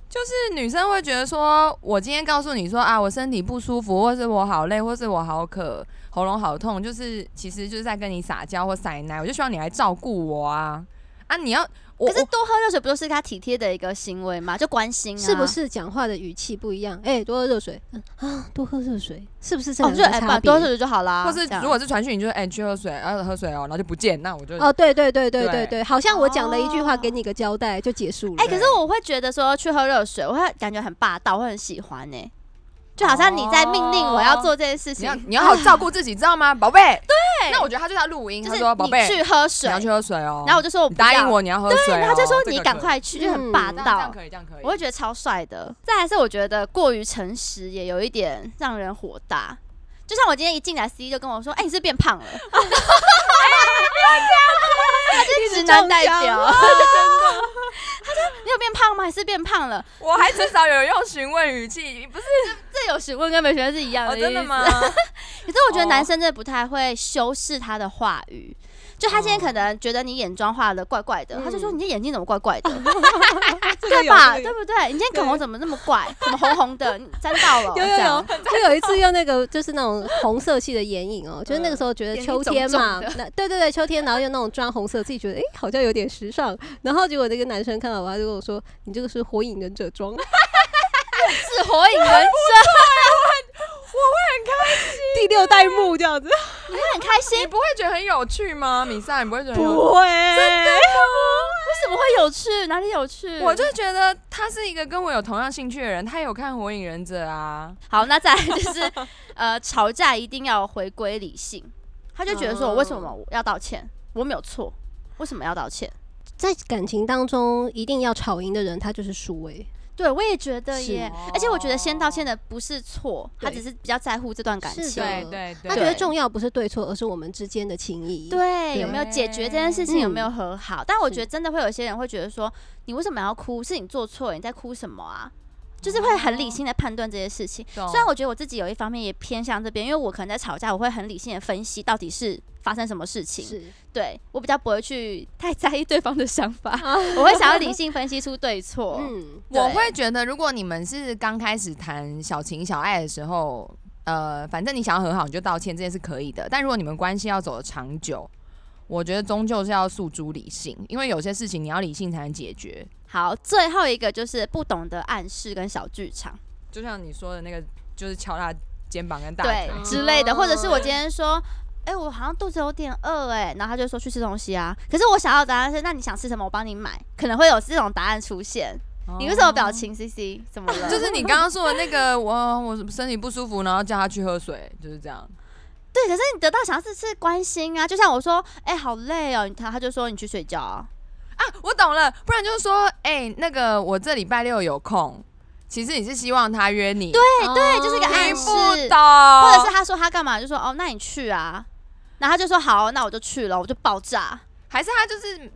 Speaker 2: 就是女生会觉得说，我今天告诉你说啊，我身体不舒服，或是我好累，或是我好渴，喉咙好痛，就是其实就是在跟你撒娇或撒奶，我就希望你来照顾我啊啊！你要我
Speaker 1: 可是
Speaker 2: 我
Speaker 1: 多喝热水不就是他体贴的一个行为吗？就关心啊，
Speaker 3: 是不？是讲话的语气不一样？哎、多喝热水、嗯、啊，多喝热水，是不是这
Speaker 1: 哦，
Speaker 3: 两
Speaker 1: 就
Speaker 3: 个
Speaker 1: 哎，
Speaker 3: 差
Speaker 1: 把
Speaker 3: 别？
Speaker 1: 多喝热水就好啦。
Speaker 2: 或是
Speaker 1: 啊这样
Speaker 2: 如果是传讯，你就是哎、去喝水，啊喝水哦，然后就不见，那我就
Speaker 3: 哦，对对对对
Speaker 2: 对
Speaker 3: 对对，好像我讲了一句话，
Speaker 1: 哦
Speaker 3: 给你个交代就结束了。
Speaker 1: 哎、可是我会觉得说去喝热水，我会感觉很霸道，我会很喜欢呢、就好像你在命令我要做这件事
Speaker 2: 哦你
Speaker 1: 情啊
Speaker 2: 要，你要好好照顾自己，知道 吗，宝贝？对那我觉得他就在录音，
Speaker 1: 就
Speaker 2: 他
Speaker 1: 是
Speaker 2: 说宝
Speaker 1: 你
Speaker 2: 贝，
Speaker 1: 去喝
Speaker 2: 你
Speaker 1: 水，
Speaker 2: 要去喝水哦，
Speaker 1: 然后我就说我
Speaker 2: 你
Speaker 1: 不
Speaker 2: 答应
Speaker 1: 要，
Speaker 2: 我你要喝水、哦，
Speaker 1: 然后他就说
Speaker 2: 这个
Speaker 1: 你
Speaker 2: 可以
Speaker 1: 赶快去，就很霸
Speaker 3: 嗯
Speaker 2: 这样这样
Speaker 1: 道。
Speaker 2: 可以，这样可以，
Speaker 1: 我会觉得超帅的。再来是我觉得过于诚实也有一点让人火大。就像我今天一进来，C 就跟我说：“哎、你是不是变胖了。” 他就是直男代表，他说：“ 你有变胖吗？还是变胖了
Speaker 2: 我还至少有用询问语气，不是？？”
Speaker 1: 这有询问跟没询问是一样
Speaker 2: 哦，
Speaker 1: 的意思。
Speaker 2: 真的吗？哦
Speaker 1: 可是我觉得男生真的不太会修饰他的话语。就他今天可能觉得你眼妆画的怪怪的，
Speaker 3: 嗯
Speaker 1: 他就说你的眼睛怎么怪怪 的，
Speaker 2: 对
Speaker 1: 对吧？
Speaker 2: 有
Speaker 1: 对不对？你今天口红怎么那么怪？怎么红红的？你沾到了？
Speaker 3: 有有
Speaker 1: 这
Speaker 3: 有
Speaker 1: 样，
Speaker 3: 我有一次用那个就是那种红色系的眼影哦，就是那个时候 觉得秋天嘛
Speaker 1: 眼睛肿，
Speaker 3: 那对对对，秋天，然后用那种砖红色，自己觉得诶哎好像有点时尚，然后结果那个男生看到我，他就跟我说：“你这个是火影忍者妆。”
Speaker 1: 是火影忍者，
Speaker 3: 第六代目这样子，
Speaker 1: 你会很开
Speaker 2: 你
Speaker 1: 心。
Speaker 2: 不会觉得很有趣吗？米莎，你不会觉得很有趣
Speaker 3: 不会，真的
Speaker 1: 为什么会有趣？哪里有趣？
Speaker 2: 我就觉得他是一个跟我有同样兴趣的人，他有看《火影忍者》啊，
Speaker 1: 好，那再来就是 呃，吵架一定要回归理性。他就觉得说
Speaker 2: 哦
Speaker 1: 我为什么要道歉？我没有错，为什么要道歉？
Speaker 3: 在感情当中一定要吵赢的人，他就是输诶、
Speaker 1: 对，我也觉得耶
Speaker 2: 是。
Speaker 1: 而且我觉得先道歉的不是错，他
Speaker 3: 对
Speaker 1: 只是比较在乎这段感
Speaker 3: 是
Speaker 1: 情。
Speaker 3: 的
Speaker 2: 对
Speaker 3: 他觉得重要不是对错，而是我们之间的情谊。
Speaker 1: 对，
Speaker 3: 对嗯
Speaker 1: 有没有解决这件事情？有没有和好？但我
Speaker 3: 是
Speaker 1: 觉得真的会有一些人会觉得说，你为什么要哭？是你做错了，你在哭什么啊？就是会很理
Speaker 3: 哦
Speaker 1: 性的判断这些事情。虽然我觉得我自己有一方面也偏向这边，因为我可能在吵架，我会很理性的分析到底是发生什么事情。
Speaker 3: 是
Speaker 1: 对我比较不会去太在意对方的想法，我会想要理性分析出对错。
Speaker 3: 哦嗯，
Speaker 1: 对
Speaker 2: 我会觉得，如果你们是刚开始谈小情小爱的时候，呃，反正你想要和好，你就道歉，这件是可以的。但如果你们关系要走的长久，我觉得终究是要诉诸理性，因为有些事情你要理性才能解决。
Speaker 1: 好，最后一个就是不懂得暗示跟小剧场，
Speaker 2: 就像你说的那个，就是敲他肩膀跟大
Speaker 1: 对
Speaker 2: 腿。
Speaker 1: 之类的，或者是
Speaker 2: 哦
Speaker 1: 我今天说。哎、我好像肚子有点饿哎、然后他就说去吃东西啊。可是我想要的答案是，那你想吃什么，我帮你买，可能会有这种答案出现。你为什么表？情？C C 怎么了？
Speaker 2: 哦就是你刚刚说的那个，我我身体不舒服，然后叫他去喝水，就是这样。
Speaker 1: 对，可是你得到想要是是关心啊。就像我说，哎、好累哦，他他就说你去睡觉啊。
Speaker 2: 啊，我懂了，不然就是说，哎、那个我这礼拜六有空，其实你是希望他约你，对，
Speaker 1: 对对，
Speaker 3: 哦
Speaker 1: 就是一个暗
Speaker 2: 听
Speaker 1: 示。
Speaker 2: 不懂，
Speaker 1: 或者是他说他干嘛，就说哦，那你去啊，然后他就说好，那我就去了，我就爆炸。
Speaker 2: 还是他就是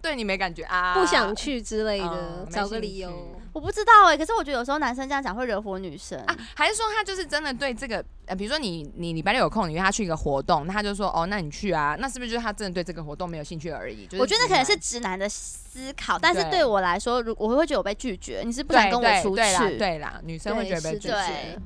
Speaker 2: 对你没感觉啊，
Speaker 3: 不想去之类的
Speaker 2: 嗯，
Speaker 3: 找
Speaker 2: 没
Speaker 3: 个
Speaker 2: 兴
Speaker 3: 理
Speaker 2: 趣
Speaker 3: 由。
Speaker 1: 我不知道哎、可是我觉得有时候男生这样讲会惹火女生。
Speaker 2: 啊，还是说他就是真的对这个，呃，比如说你你礼拜六有空，你约他去一个活动，那他就说哦，那你去啊，那是不是就是他真的对这个活动没有兴趣而已？就是、
Speaker 1: 我觉得可能是。直男的思考，但是
Speaker 2: 对
Speaker 1: 对我来说，如我会觉得我被拒绝，你是不
Speaker 2: 对
Speaker 1: 想跟我
Speaker 2: 对
Speaker 1: 出
Speaker 2: 对啦
Speaker 1: 去？
Speaker 2: 对啦，女生会觉得被
Speaker 3: 对
Speaker 2: 拒
Speaker 3: 是
Speaker 1: 的
Speaker 2: 绝。
Speaker 1: 对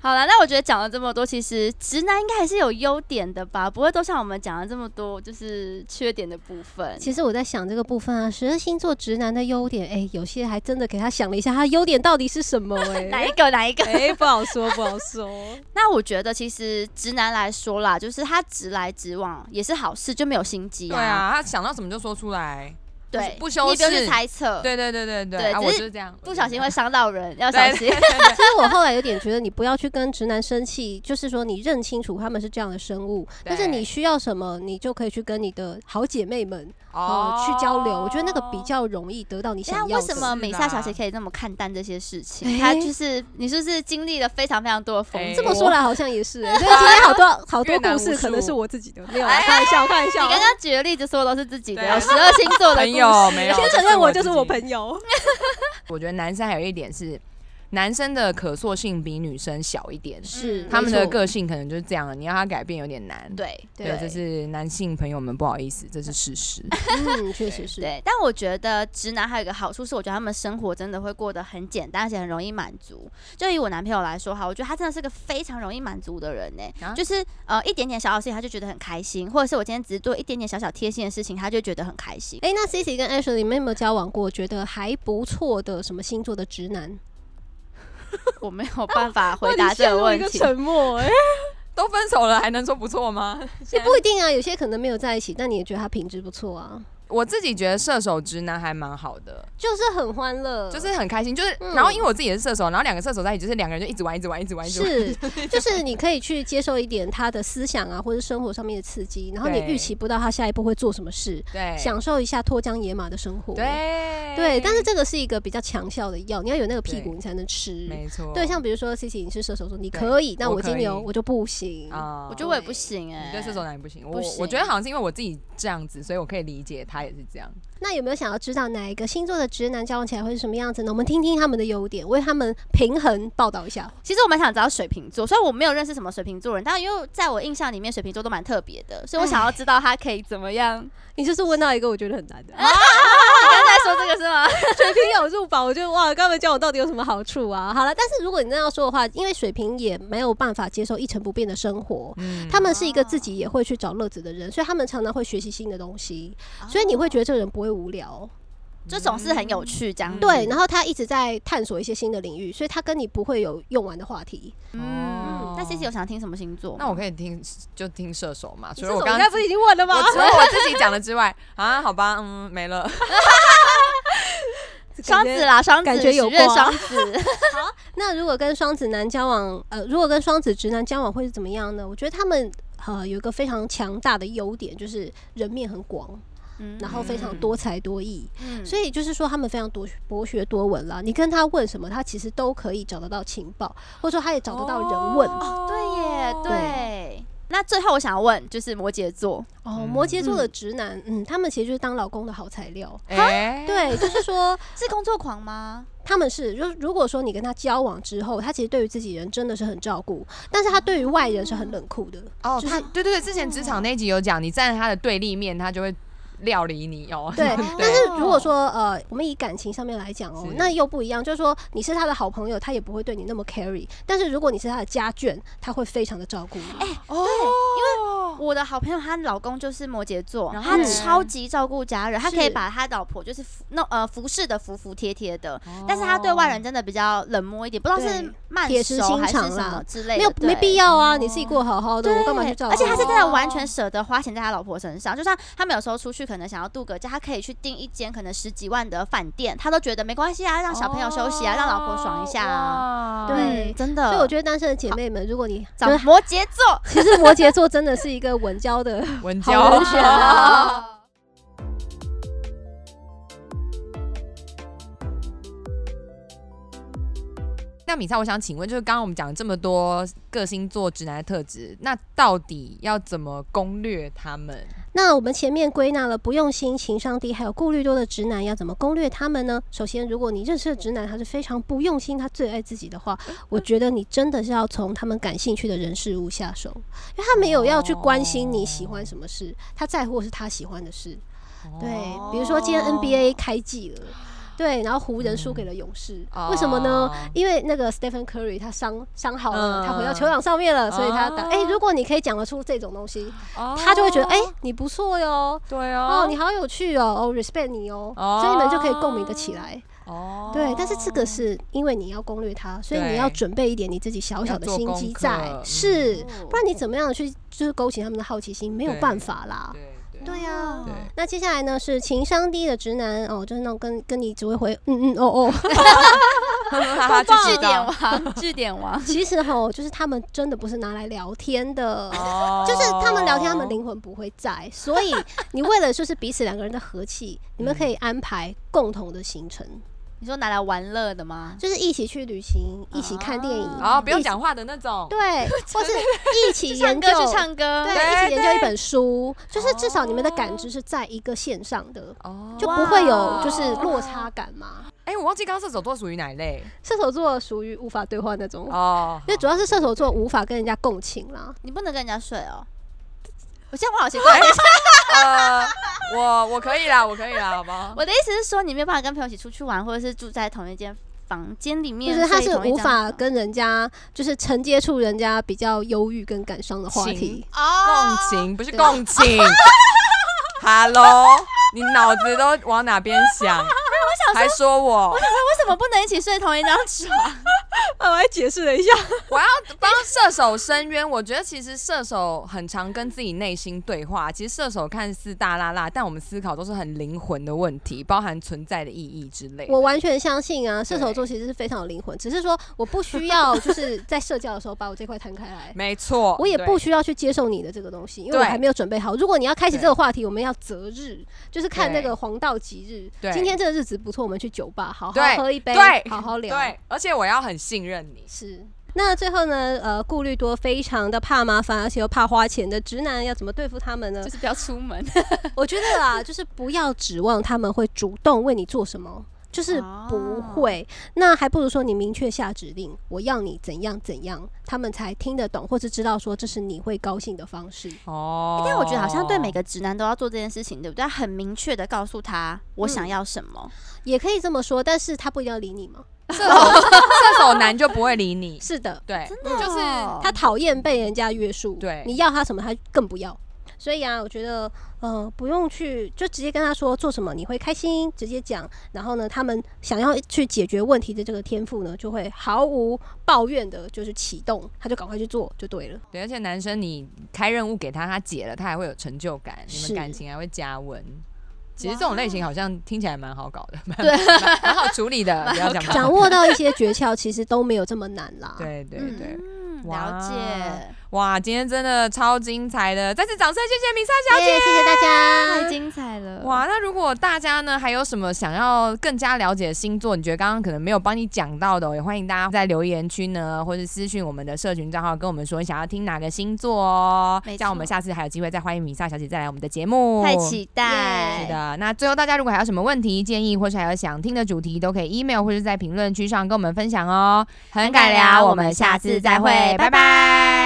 Speaker 1: 好了，那我觉得讲了这么多，其实直男应该还是有优点的吧，不会都像我们讲了这么多就是缺点的部分。
Speaker 3: 其实我在想这个部分啊，十二星座直男的优点，哎、有些还真的给他想了一下，他的优点到底是什 么、
Speaker 1: 哪
Speaker 3: 哎，
Speaker 1: 一个？哪 一个？
Speaker 3: 哎、不好说，不好 说。
Speaker 1: 那我觉得其实直男来说啦，就是他直来直往也是好事，就没有心机
Speaker 2: 对啊，他想到什么就说出来。
Speaker 1: 对，
Speaker 2: 啊不修
Speaker 1: 你不用
Speaker 2: 饰
Speaker 1: 去猜测，
Speaker 2: 对对对对
Speaker 1: 对
Speaker 2: 对，啊，
Speaker 1: 只
Speaker 2: 我
Speaker 1: 是
Speaker 2: 就是这样，
Speaker 1: 不小心会
Speaker 2: 我就是
Speaker 1: 伤到人，要
Speaker 2: 这样
Speaker 1: 小心。
Speaker 2: 对对对对
Speaker 3: 其实我后来有点觉得，你不要去跟直男生气，就是说你认清楚他们是这样的生物，但是你需要什么，你就可以去跟你的好姐妹们哦、呃去交流。我觉得那个比较容易得到你
Speaker 1: 那
Speaker 3: 想要
Speaker 1: 为
Speaker 3: 的。
Speaker 1: 什么美
Speaker 2: 是
Speaker 1: 夏
Speaker 2: 啦
Speaker 1: 小姐可以这么看淡这些事情？
Speaker 3: 哎
Speaker 1: 她就是你是不是经历了非常非常多的风
Speaker 2: 哎
Speaker 1: 波？
Speaker 3: 这么说来好像也 是、哎所以今天好多好多
Speaker 2: 越南
Speaker 3: 故
Speaker 2: 无
Speaker 3: 事可能
Speaker 2: 数哎
Speaker 3: 是我自己的，没有啦，开玩笑，开玩笑啊
Speaker 1: 你。刚刚举的例子说的都是自己的，
Speaker 2: 对啊
Speaker 1: 有十二星座的
Speaker 2: 朋
Speaker 1: 故事。
Speaker 2: 友没有，
Speaker 3: 先
Speaker 2: 这
Speaker 3: 承认我
Speaker 2: 自
Speaker 3: 就是我
Speaker 2: 己。
Speaker 3: 朋 友。
Speaker 2: 我觉得男生还有一点是，男生的可塑性比女生小一点，
Speaker 1: 是
Speaker 2: 他们的
Speaker 3: 没错
Speaker 2: 个性可能就是这样了，你要他改变有点难。
Speaker 1: 对
Speaker 2: 对，这是男性朋友们不好意思，这是事 实。
Speaker 3: 嗯，确实是。
Speaker 1: 对，但我觉得直男还有一个好处是，我觉得他们生活真的会过得很简单，而且很容易满足。就以我男朋友来说哈，我觉得他真的是个非常容易满足的人呢、
Speaker 2: 啊
Speaker 1: 就是呃一点点小小事情他就觉得很开心，或者是我今天只是做一点点小小贴心的事情，他就觉得很开心。
Speaker 3: 哎、那 C C 跟 Ashley 你们有没有交往过觉得还不错的什么星座的直男？
Speaker 1: 我没有办法回答这个问题。
Speaker 3: 默、哎，
Speaker 2: 都分手了还能说不错吗？
Speaker 3: 也不一定啊，有些可能没有在一起，但你也觉得他品质不错啊，
Speaker 2: 我自己觉得射手直男还蛮好的，
Speaker 3: 就是很欢乐，
Speaker 2: 就是很开心，就是
Speaker 3: 嗯
Speaker 2: 然后因为我自己也是射手，然后两个射手在一起，就是两个人就一直玩，一直玩，一直玩，一直玩。
Speaker 3: 是，就是 你可以去接受一点他的思想啊，或者生活上面的刺激，然后你
Speaker 2: 对
Speaker 3: 预期不到他下一步会做什么事，
Speaker 2: 对，
Speaker 3: 享受一下脱缰野马的生活。
Speaker 2: 对
Speaker 3: 对，但是这个是一个比较强效的药，你要有那个屁股
Speaker 2: 对
Speaker 3: 你才能吃。
Speaker 2: 没错，
Speaker 3: 对，像比如说 C C 你是射手座，你
Speaker 2: 对
Speaker 3: 可以，那
Speaker 2: 我
Speaker 3: 我金
Speaker 2: 可
Speaker 3: 牛
Speaker 2: 以
Speaker 3: 我就不行。
Speaker 2: 啊
Speaker 1: 我觉得我也不行哎、
Speaker 2: 哦你对射手男也不行，我
Speaker 1: 不行
Speaker 2: 我觉得好像是因为我自己这样子，所以我可以理解他。他也是这样。
Speaker 3: 那有没有想要知道哪一个星座的直男交往起来会是什么样子呢？我们听听他们的优点，为他们平衡报道一下。
Speaker 1: 其实我蛮想知道水瓶座，虽然我没有认识什么水瓶座人，但因为在我印象里面，水瓶座都蛮特别的，所以我想要知道他可以怎么样。
Speaker 3: 你就是问到一个我觉得很难 的，
Speaker 1: 你
Speaker 3: 啊
Speaker 1: 刚才说这个是吗？
Speaker 3: 水瓶有入宝，我觉得哇，他们教我到底有什么好处啊？好了，但是如果你那样说的话，因为水瓶也没有办法接受一成不变的生活，
Speaker 2: 嗯
Speaker 3: 他们是一个自己也会去找乐子的人，所以他们常常会学习新的东西，所以你会觉得这个人不会无聊。
Speaker 1: 就总是很有趣这样嗯子。
Speaker 3: 对，然后他一直在探索一些新的领域，所以他跟你不会有用完的话题。
Speaker 1: 嗯
Speaker 2: 哦，
Speaker 1: 那 C C 有想听什么星座吗？
Speaker 2: 那我可以听就听射手嘛，
Speaker 3: 你
Speaker 2: 所以我
Speaker 3: 这种
Speaker 2: 刚
Speaker 3: 应该不是已经问了吗
Speaker 2: 我？除了我自己讲的之外，啊，好吧，嗯，没了。
Speaker 1: 双子啦，双子，
Speaker 3: 感觉有
Speaker 1: 十月
Speaker 3: 过啊
Speaker 1: 双子，
Speaker 3: 那如果跟双子男交往，呃，如果跟双子直男交往会是怎么样呢？我觉得他们呃有一个非常强大的优点，就是人面很广，
Speaker 1: 嗯
Speaker 3: 然后非常多才多艺，
Speaker 1: 嗯
Speaker 3: 所以就是说他们非常多博学多闻啦。你跟他问什么，他其实都可以找得到情报，或者说他也找得到人问。哦
Speaker 2: 哦
Speaker 1: 对耶，对。那最后我想问，就是摩羯座，
Speaker 3: 哦摩羯座的直男，嗯，他们其实就是当老公的好材料。
Speaker 2: 对，哎，
Speaker 3: 对，就是说
Speaker 1: 是工作狂吗？
Speaker 3: 他们是，如如果说你跟他交往之后，他其实对于自己人真的是很照顾，但是他对于外人是很冷酷的。
Speaker 2: 哦，
Speaker 3: 就是
Speaker 2: 他对对对，之前职场那集有讲，你站在他的对立面，他就会料理你 哦。
Speaker 3: 对， 但是如果
Speaker 1: 哦
Speaker 3: 说呃，我们以感情上面来讲哦
Speaker 2: 是，
Speaker 3: 那又不一样，就是说你是他的好朋友，他也不会对你那么 carry，但是如果你是他的家眷，他会非常的照顾你。
Speaker 1: 哎
Speaker 2: 哦，因为
Speaker 1: 我的好朋友她老公就是摩羯座，然
Speaker 2: 然后
Speaker 1: 后他
Speaker 3: 呢
Speaker 1: 超级照顾家人，他
Speaker 3: 是
Speaker 1: 可以把他老婆就是服弄呃服侍的服服帖帖的，但是他对外人真的比较冷漠一点，不知道是
Speaker 3: 对
Speaker 1: 慢
Speaker 3: 铁石
Speaker 1: 熟
Speaker 3: 心
Speaker 1: 还是
Speaker 3: 肠
Speaker 1: 什
Speaker 3: 啦
Speaker 1: 么之类的，
Speaker 3: 没有没必
Speaker 1: 要。
Speaker 3: 要啊，你自己过得好好的，
Speaker 1: 哦对，
Speaker 3: 我干嘛去照顾？
Speaker 1: 而且他是真的完全
Speaker 2: 哦
Speaker 1: 舍得花钱在他老婆身上，就像他们有时候出去可能想要度个假，他可以去订一间可能十几万的饭店，他都觉得没关系啊，让小朋友休息啊，让老婆爽一下啊。
Speaker 2: 啊
Speaker 3: 哦哇
Speaker 1: 嗯真的。
Speaker 3: 所以我觉得单身的姐妹们，如果你
Speaker 1: 找摩羯 座，
Speaker 3: 其实摩羯座真的是一个稳交的
Speaker 2: 文娇
Speaker 3: 好人选啊。
Speaker 1: 哦
Speaker 2: 那米莎，我想请问，就是刚刚我们讲了这么多各星座直男的特质，那到底要怎么攻略他们？
Speaker 3: 那我们前面归纳了不用心、情商低还有顾虑多的直男，要怎么攻略他们呢？首先，如果你认识的直男他是非常不用心，他最爱自己的话，
Speaker 2: 嗯
Speaker 3: 我觉得你真的是要从他们感兴趣的人事物下手，因为他没有要去关心你喜欢什么事，他在乎的是他喜欢的事。
Speaker 2: 哦
Speaker 3: 对，比如说今天 NBA 开季了，对，然后湖人输给了勇士，为什么呢？
Speaker 2: 哦
Speaker 3: 因为那个 Stephen Curry 他伤伤好了，
Speaker 2: 嗯
Speaker 3: 他回到球场上面了，所以他打。
Speaker 2: 哦
Speaker 3: 哎、如果你可以讲得出这种东西，
Speaker 2: 哦
Speaker 3: 他就会觉得，哎、你不错哟，
Speaker 2: 对
Speaker 3: 哦，
Speaker 2: 哦，
Speaker 3: 你好有趣哦，哦，respect 你哦，
Speaker 2: 哦
Speaker 3: 所以你们就可以共鸣的起来。
Speaker 2: 哦
Speaker 3: 对，但是这个是因为你要攻略他，所以
Speaker 2: 对
Speaker 3: 你要准备一点你自己小小的
Speaker 2: 要做
Speaker 3: 心机
Speaker 2: 功课
Speaker 3: 在
Speaker 2: 嗯，
Speaker 3: 是，
Speaker 1: 不
Speaker 3: 不然你怎么样去就是勾起他们的好奇心，没有
Speaker 2: 对
Speaker 3: 办法啦。
Speaker 2: 对对
Speaker 3: 对呀
Speaker 2: 对
Speaker 3: 那接下来呢是情商低的直男哦，就是那种跟跟你只会回嗯嗯哦哦。
Speaker 2: 他
Speaker 1: 据点王，据点王，
Speaker 3: 其实哈，就是他们真的不是拿来聊天的。
Speaker 2: 哦
Speaker 3: 就是他们聊天，他
Speaker 1: 哦
Speaker 3: 们灵魂不会在，所以你为了就是彼此两个人的和 气，你们可以安排共同的行程，
Speaker 1: 你说拿来玩乐的吗？
Speaker 3: 就是一起去旅行，一起看电影，
Speaker 1: 啊
Speaker 2: 哦，不用讲话的那种，
Speaker 3: 对，或 是一起
Speaker 1: 唱
Speaker 3: 研究
Speaker 1: 歌去唱歌，
Speaker 3: 对，
Speaker 2: 对
Speaker 3: 一起研究一本书，就是至少你们的感知是在一个线上的，
Speaker 2: 哦
Speaker 3: 就不会有就是落差感嘛。
Speaker 2: 哎、我忘记刚刚射手座属于哪一类
Speaker 3: 射手座属于无法对话那种，
Speaker 2: 哦
Speaker 3: 因为主要是射手座无法跟人家共情啦。
Speaker 1: 你不能跟人家睡哦。我现在我好奇怪，
Speaker 2: 呃，我我可以啦，我可以啦，好不好？
Speaker 1: 我的意思是说，你没有办法跟朋友一起出去玩，或者是住在同一间房间里
Speaker 3: 就
Speaker 1: 面，
Speaker 3: 是他
Speaker 1: 睡
Speaker 3: 是
Speaker 1: 同一
Speaker 3: 无
Speaker 1: 张
Speaker 3: 法
Speaker 1: 床
Speaker 3: 跟人家，就是承接触人家比较忧郁跟感伤的话题
Speaker 2: 情。
Speaker 1: 哦
Speaker 2: 共情不是共情 ，Hello，你脑子都往哪边 想？还说我，
Speaker 1: 为什么不能一起睡同一张 床？
Speaker 3: 我还解释了一下，
Speaker 2: 我要帮射手伸冤。我觉得其实射手很常跟自己内心对话。其实射手看似大辣辣，但我们思考都是很灵魂的问题，包含存在的意义之类的。
Speaker 3: 我完全相信啊，射手座其实是非常有灵魂，只是说我不需要就是在社交的时候把我这块摊开来。
Speaker 2: 没错，
Speaker 3: 我也
Speaker 2: 对
Speaker 3: 不需要去接受你的这个东西，因为我
Speaker 2: 对
Speaker 3: 还没有准备好。如果你要开启
Speaker 2: 对
Speaker 3: 这个话题，我们要择日，就是看那
Speaker 2: 对
Speaker 3: 个黄道吉日。
Speaker 2: 对
Speaker 3: 今天这个日子不错，我们去酒吧好好
Speaker 2: 对
Speaker 3: 喝一杯
Speaker 2: 对，
Speaker 3: 好好聊。
Speaker 2: 对，而且我要很信任你。
Speaker 3: 是，那最后呢，呃，顾虑多、非常的怕麻烦，而且又怕花钱的直男要怎么对付他们呢
Speaker 1: 就？是不要出门，
Speaker 3: 我觉得 啊，就是不要指望他们会主动为你做什么，就是不会。那还不如说你明确下指令，我要你怎样怎样，他们才听得懂，或是知道说这是你会高兴的方式。
Speaker 2: 哦
Speaker 1: 但我觉得好像对每个直男都要做这件事情，对不对？要很明确的告诉他我想要什么，
Speaker 3: 也可以这么说，但是他不一定要理你嘛。
Speaker 2: 射手射手男就不会理你，
Speaker 3: 是的，
Speaker 2: 对，
Speaker 1: 真的哦、
Speaker 2: 就是
Speaker 3: 他讨厌被人家约束，
Speaker 2: 对
Speaker 3: 你要他什么，他更不要。所以啊，我觉得，呃，不用去，就直接跟他说做什么你会开心，直接讲。然后呢，他们想要去解决问题的这个天赋呢，就会毫无抱怨的，就是启动，他就赶快去做就 对了。
Speaker 2: 对，而且男生你开任务给他，他解了，他还会有成就感，你
Speaker 3: 是
Speaker 2: 们感情还会加温。其实这种类型好像听起来蛮好搞的，蛮
Speaker 1: 对
Speaker 2: 蛮蛮好处 理的，不要讲
Speaker 3: 掌
Speaker 2: 握。
Speaker 3: 握到一些诀窍，其实都没有这么难啦。，
Speaker 2: 对对
Speaker 1: 嗯
Speaker 2: 对，哇
Speaker 1: 了解，
Speaker 2: 哇，今天真的超精彩的，再次掌声谢谢米莎小
Speaker 1: 姐，谢谢大家，太精彩了，
Speaker 2: 哇，那如果大家呢还有什么想要更加了解的星座，你觉得刚刚可能没有帮你讲到的、哦，也欢迎大家在留言区呢，或是私讯我们的社群账号，跟我们说你想要听哪个星座哦
Speaker 1: 没。
Speaker 2: 这样我们
Speaker 1: 错
Speaker 2: 下次还有机会再欢迎米萨小姐再来我们的节目。
Speaker 1: 太期
Speaker 2: 是
Speaker 1: 待，
Speaker 2: 的，那最后大家如果还有什么问题、建议，或是还有想听的主题，都可以 email 或是在评论区上跟我们分享哦。很
Speaker 1: 很敢
Speaker 2: 敢聊，
Speaker 1: 聊
Speaker 2: 我
Speaker 1: 我
Speaker 2: 们
Speaker 1: 们
Speaker 2: 下
Speaker 1: 下
Speaker 2: 次
Speaker 1: 次
Speaker 2: 再
Speaker 1: 再
Speaker 2: 会
Speaker 1: 会，
Speaker 2: 拜
Speaker 1: 拜
Speaker 2: 拜。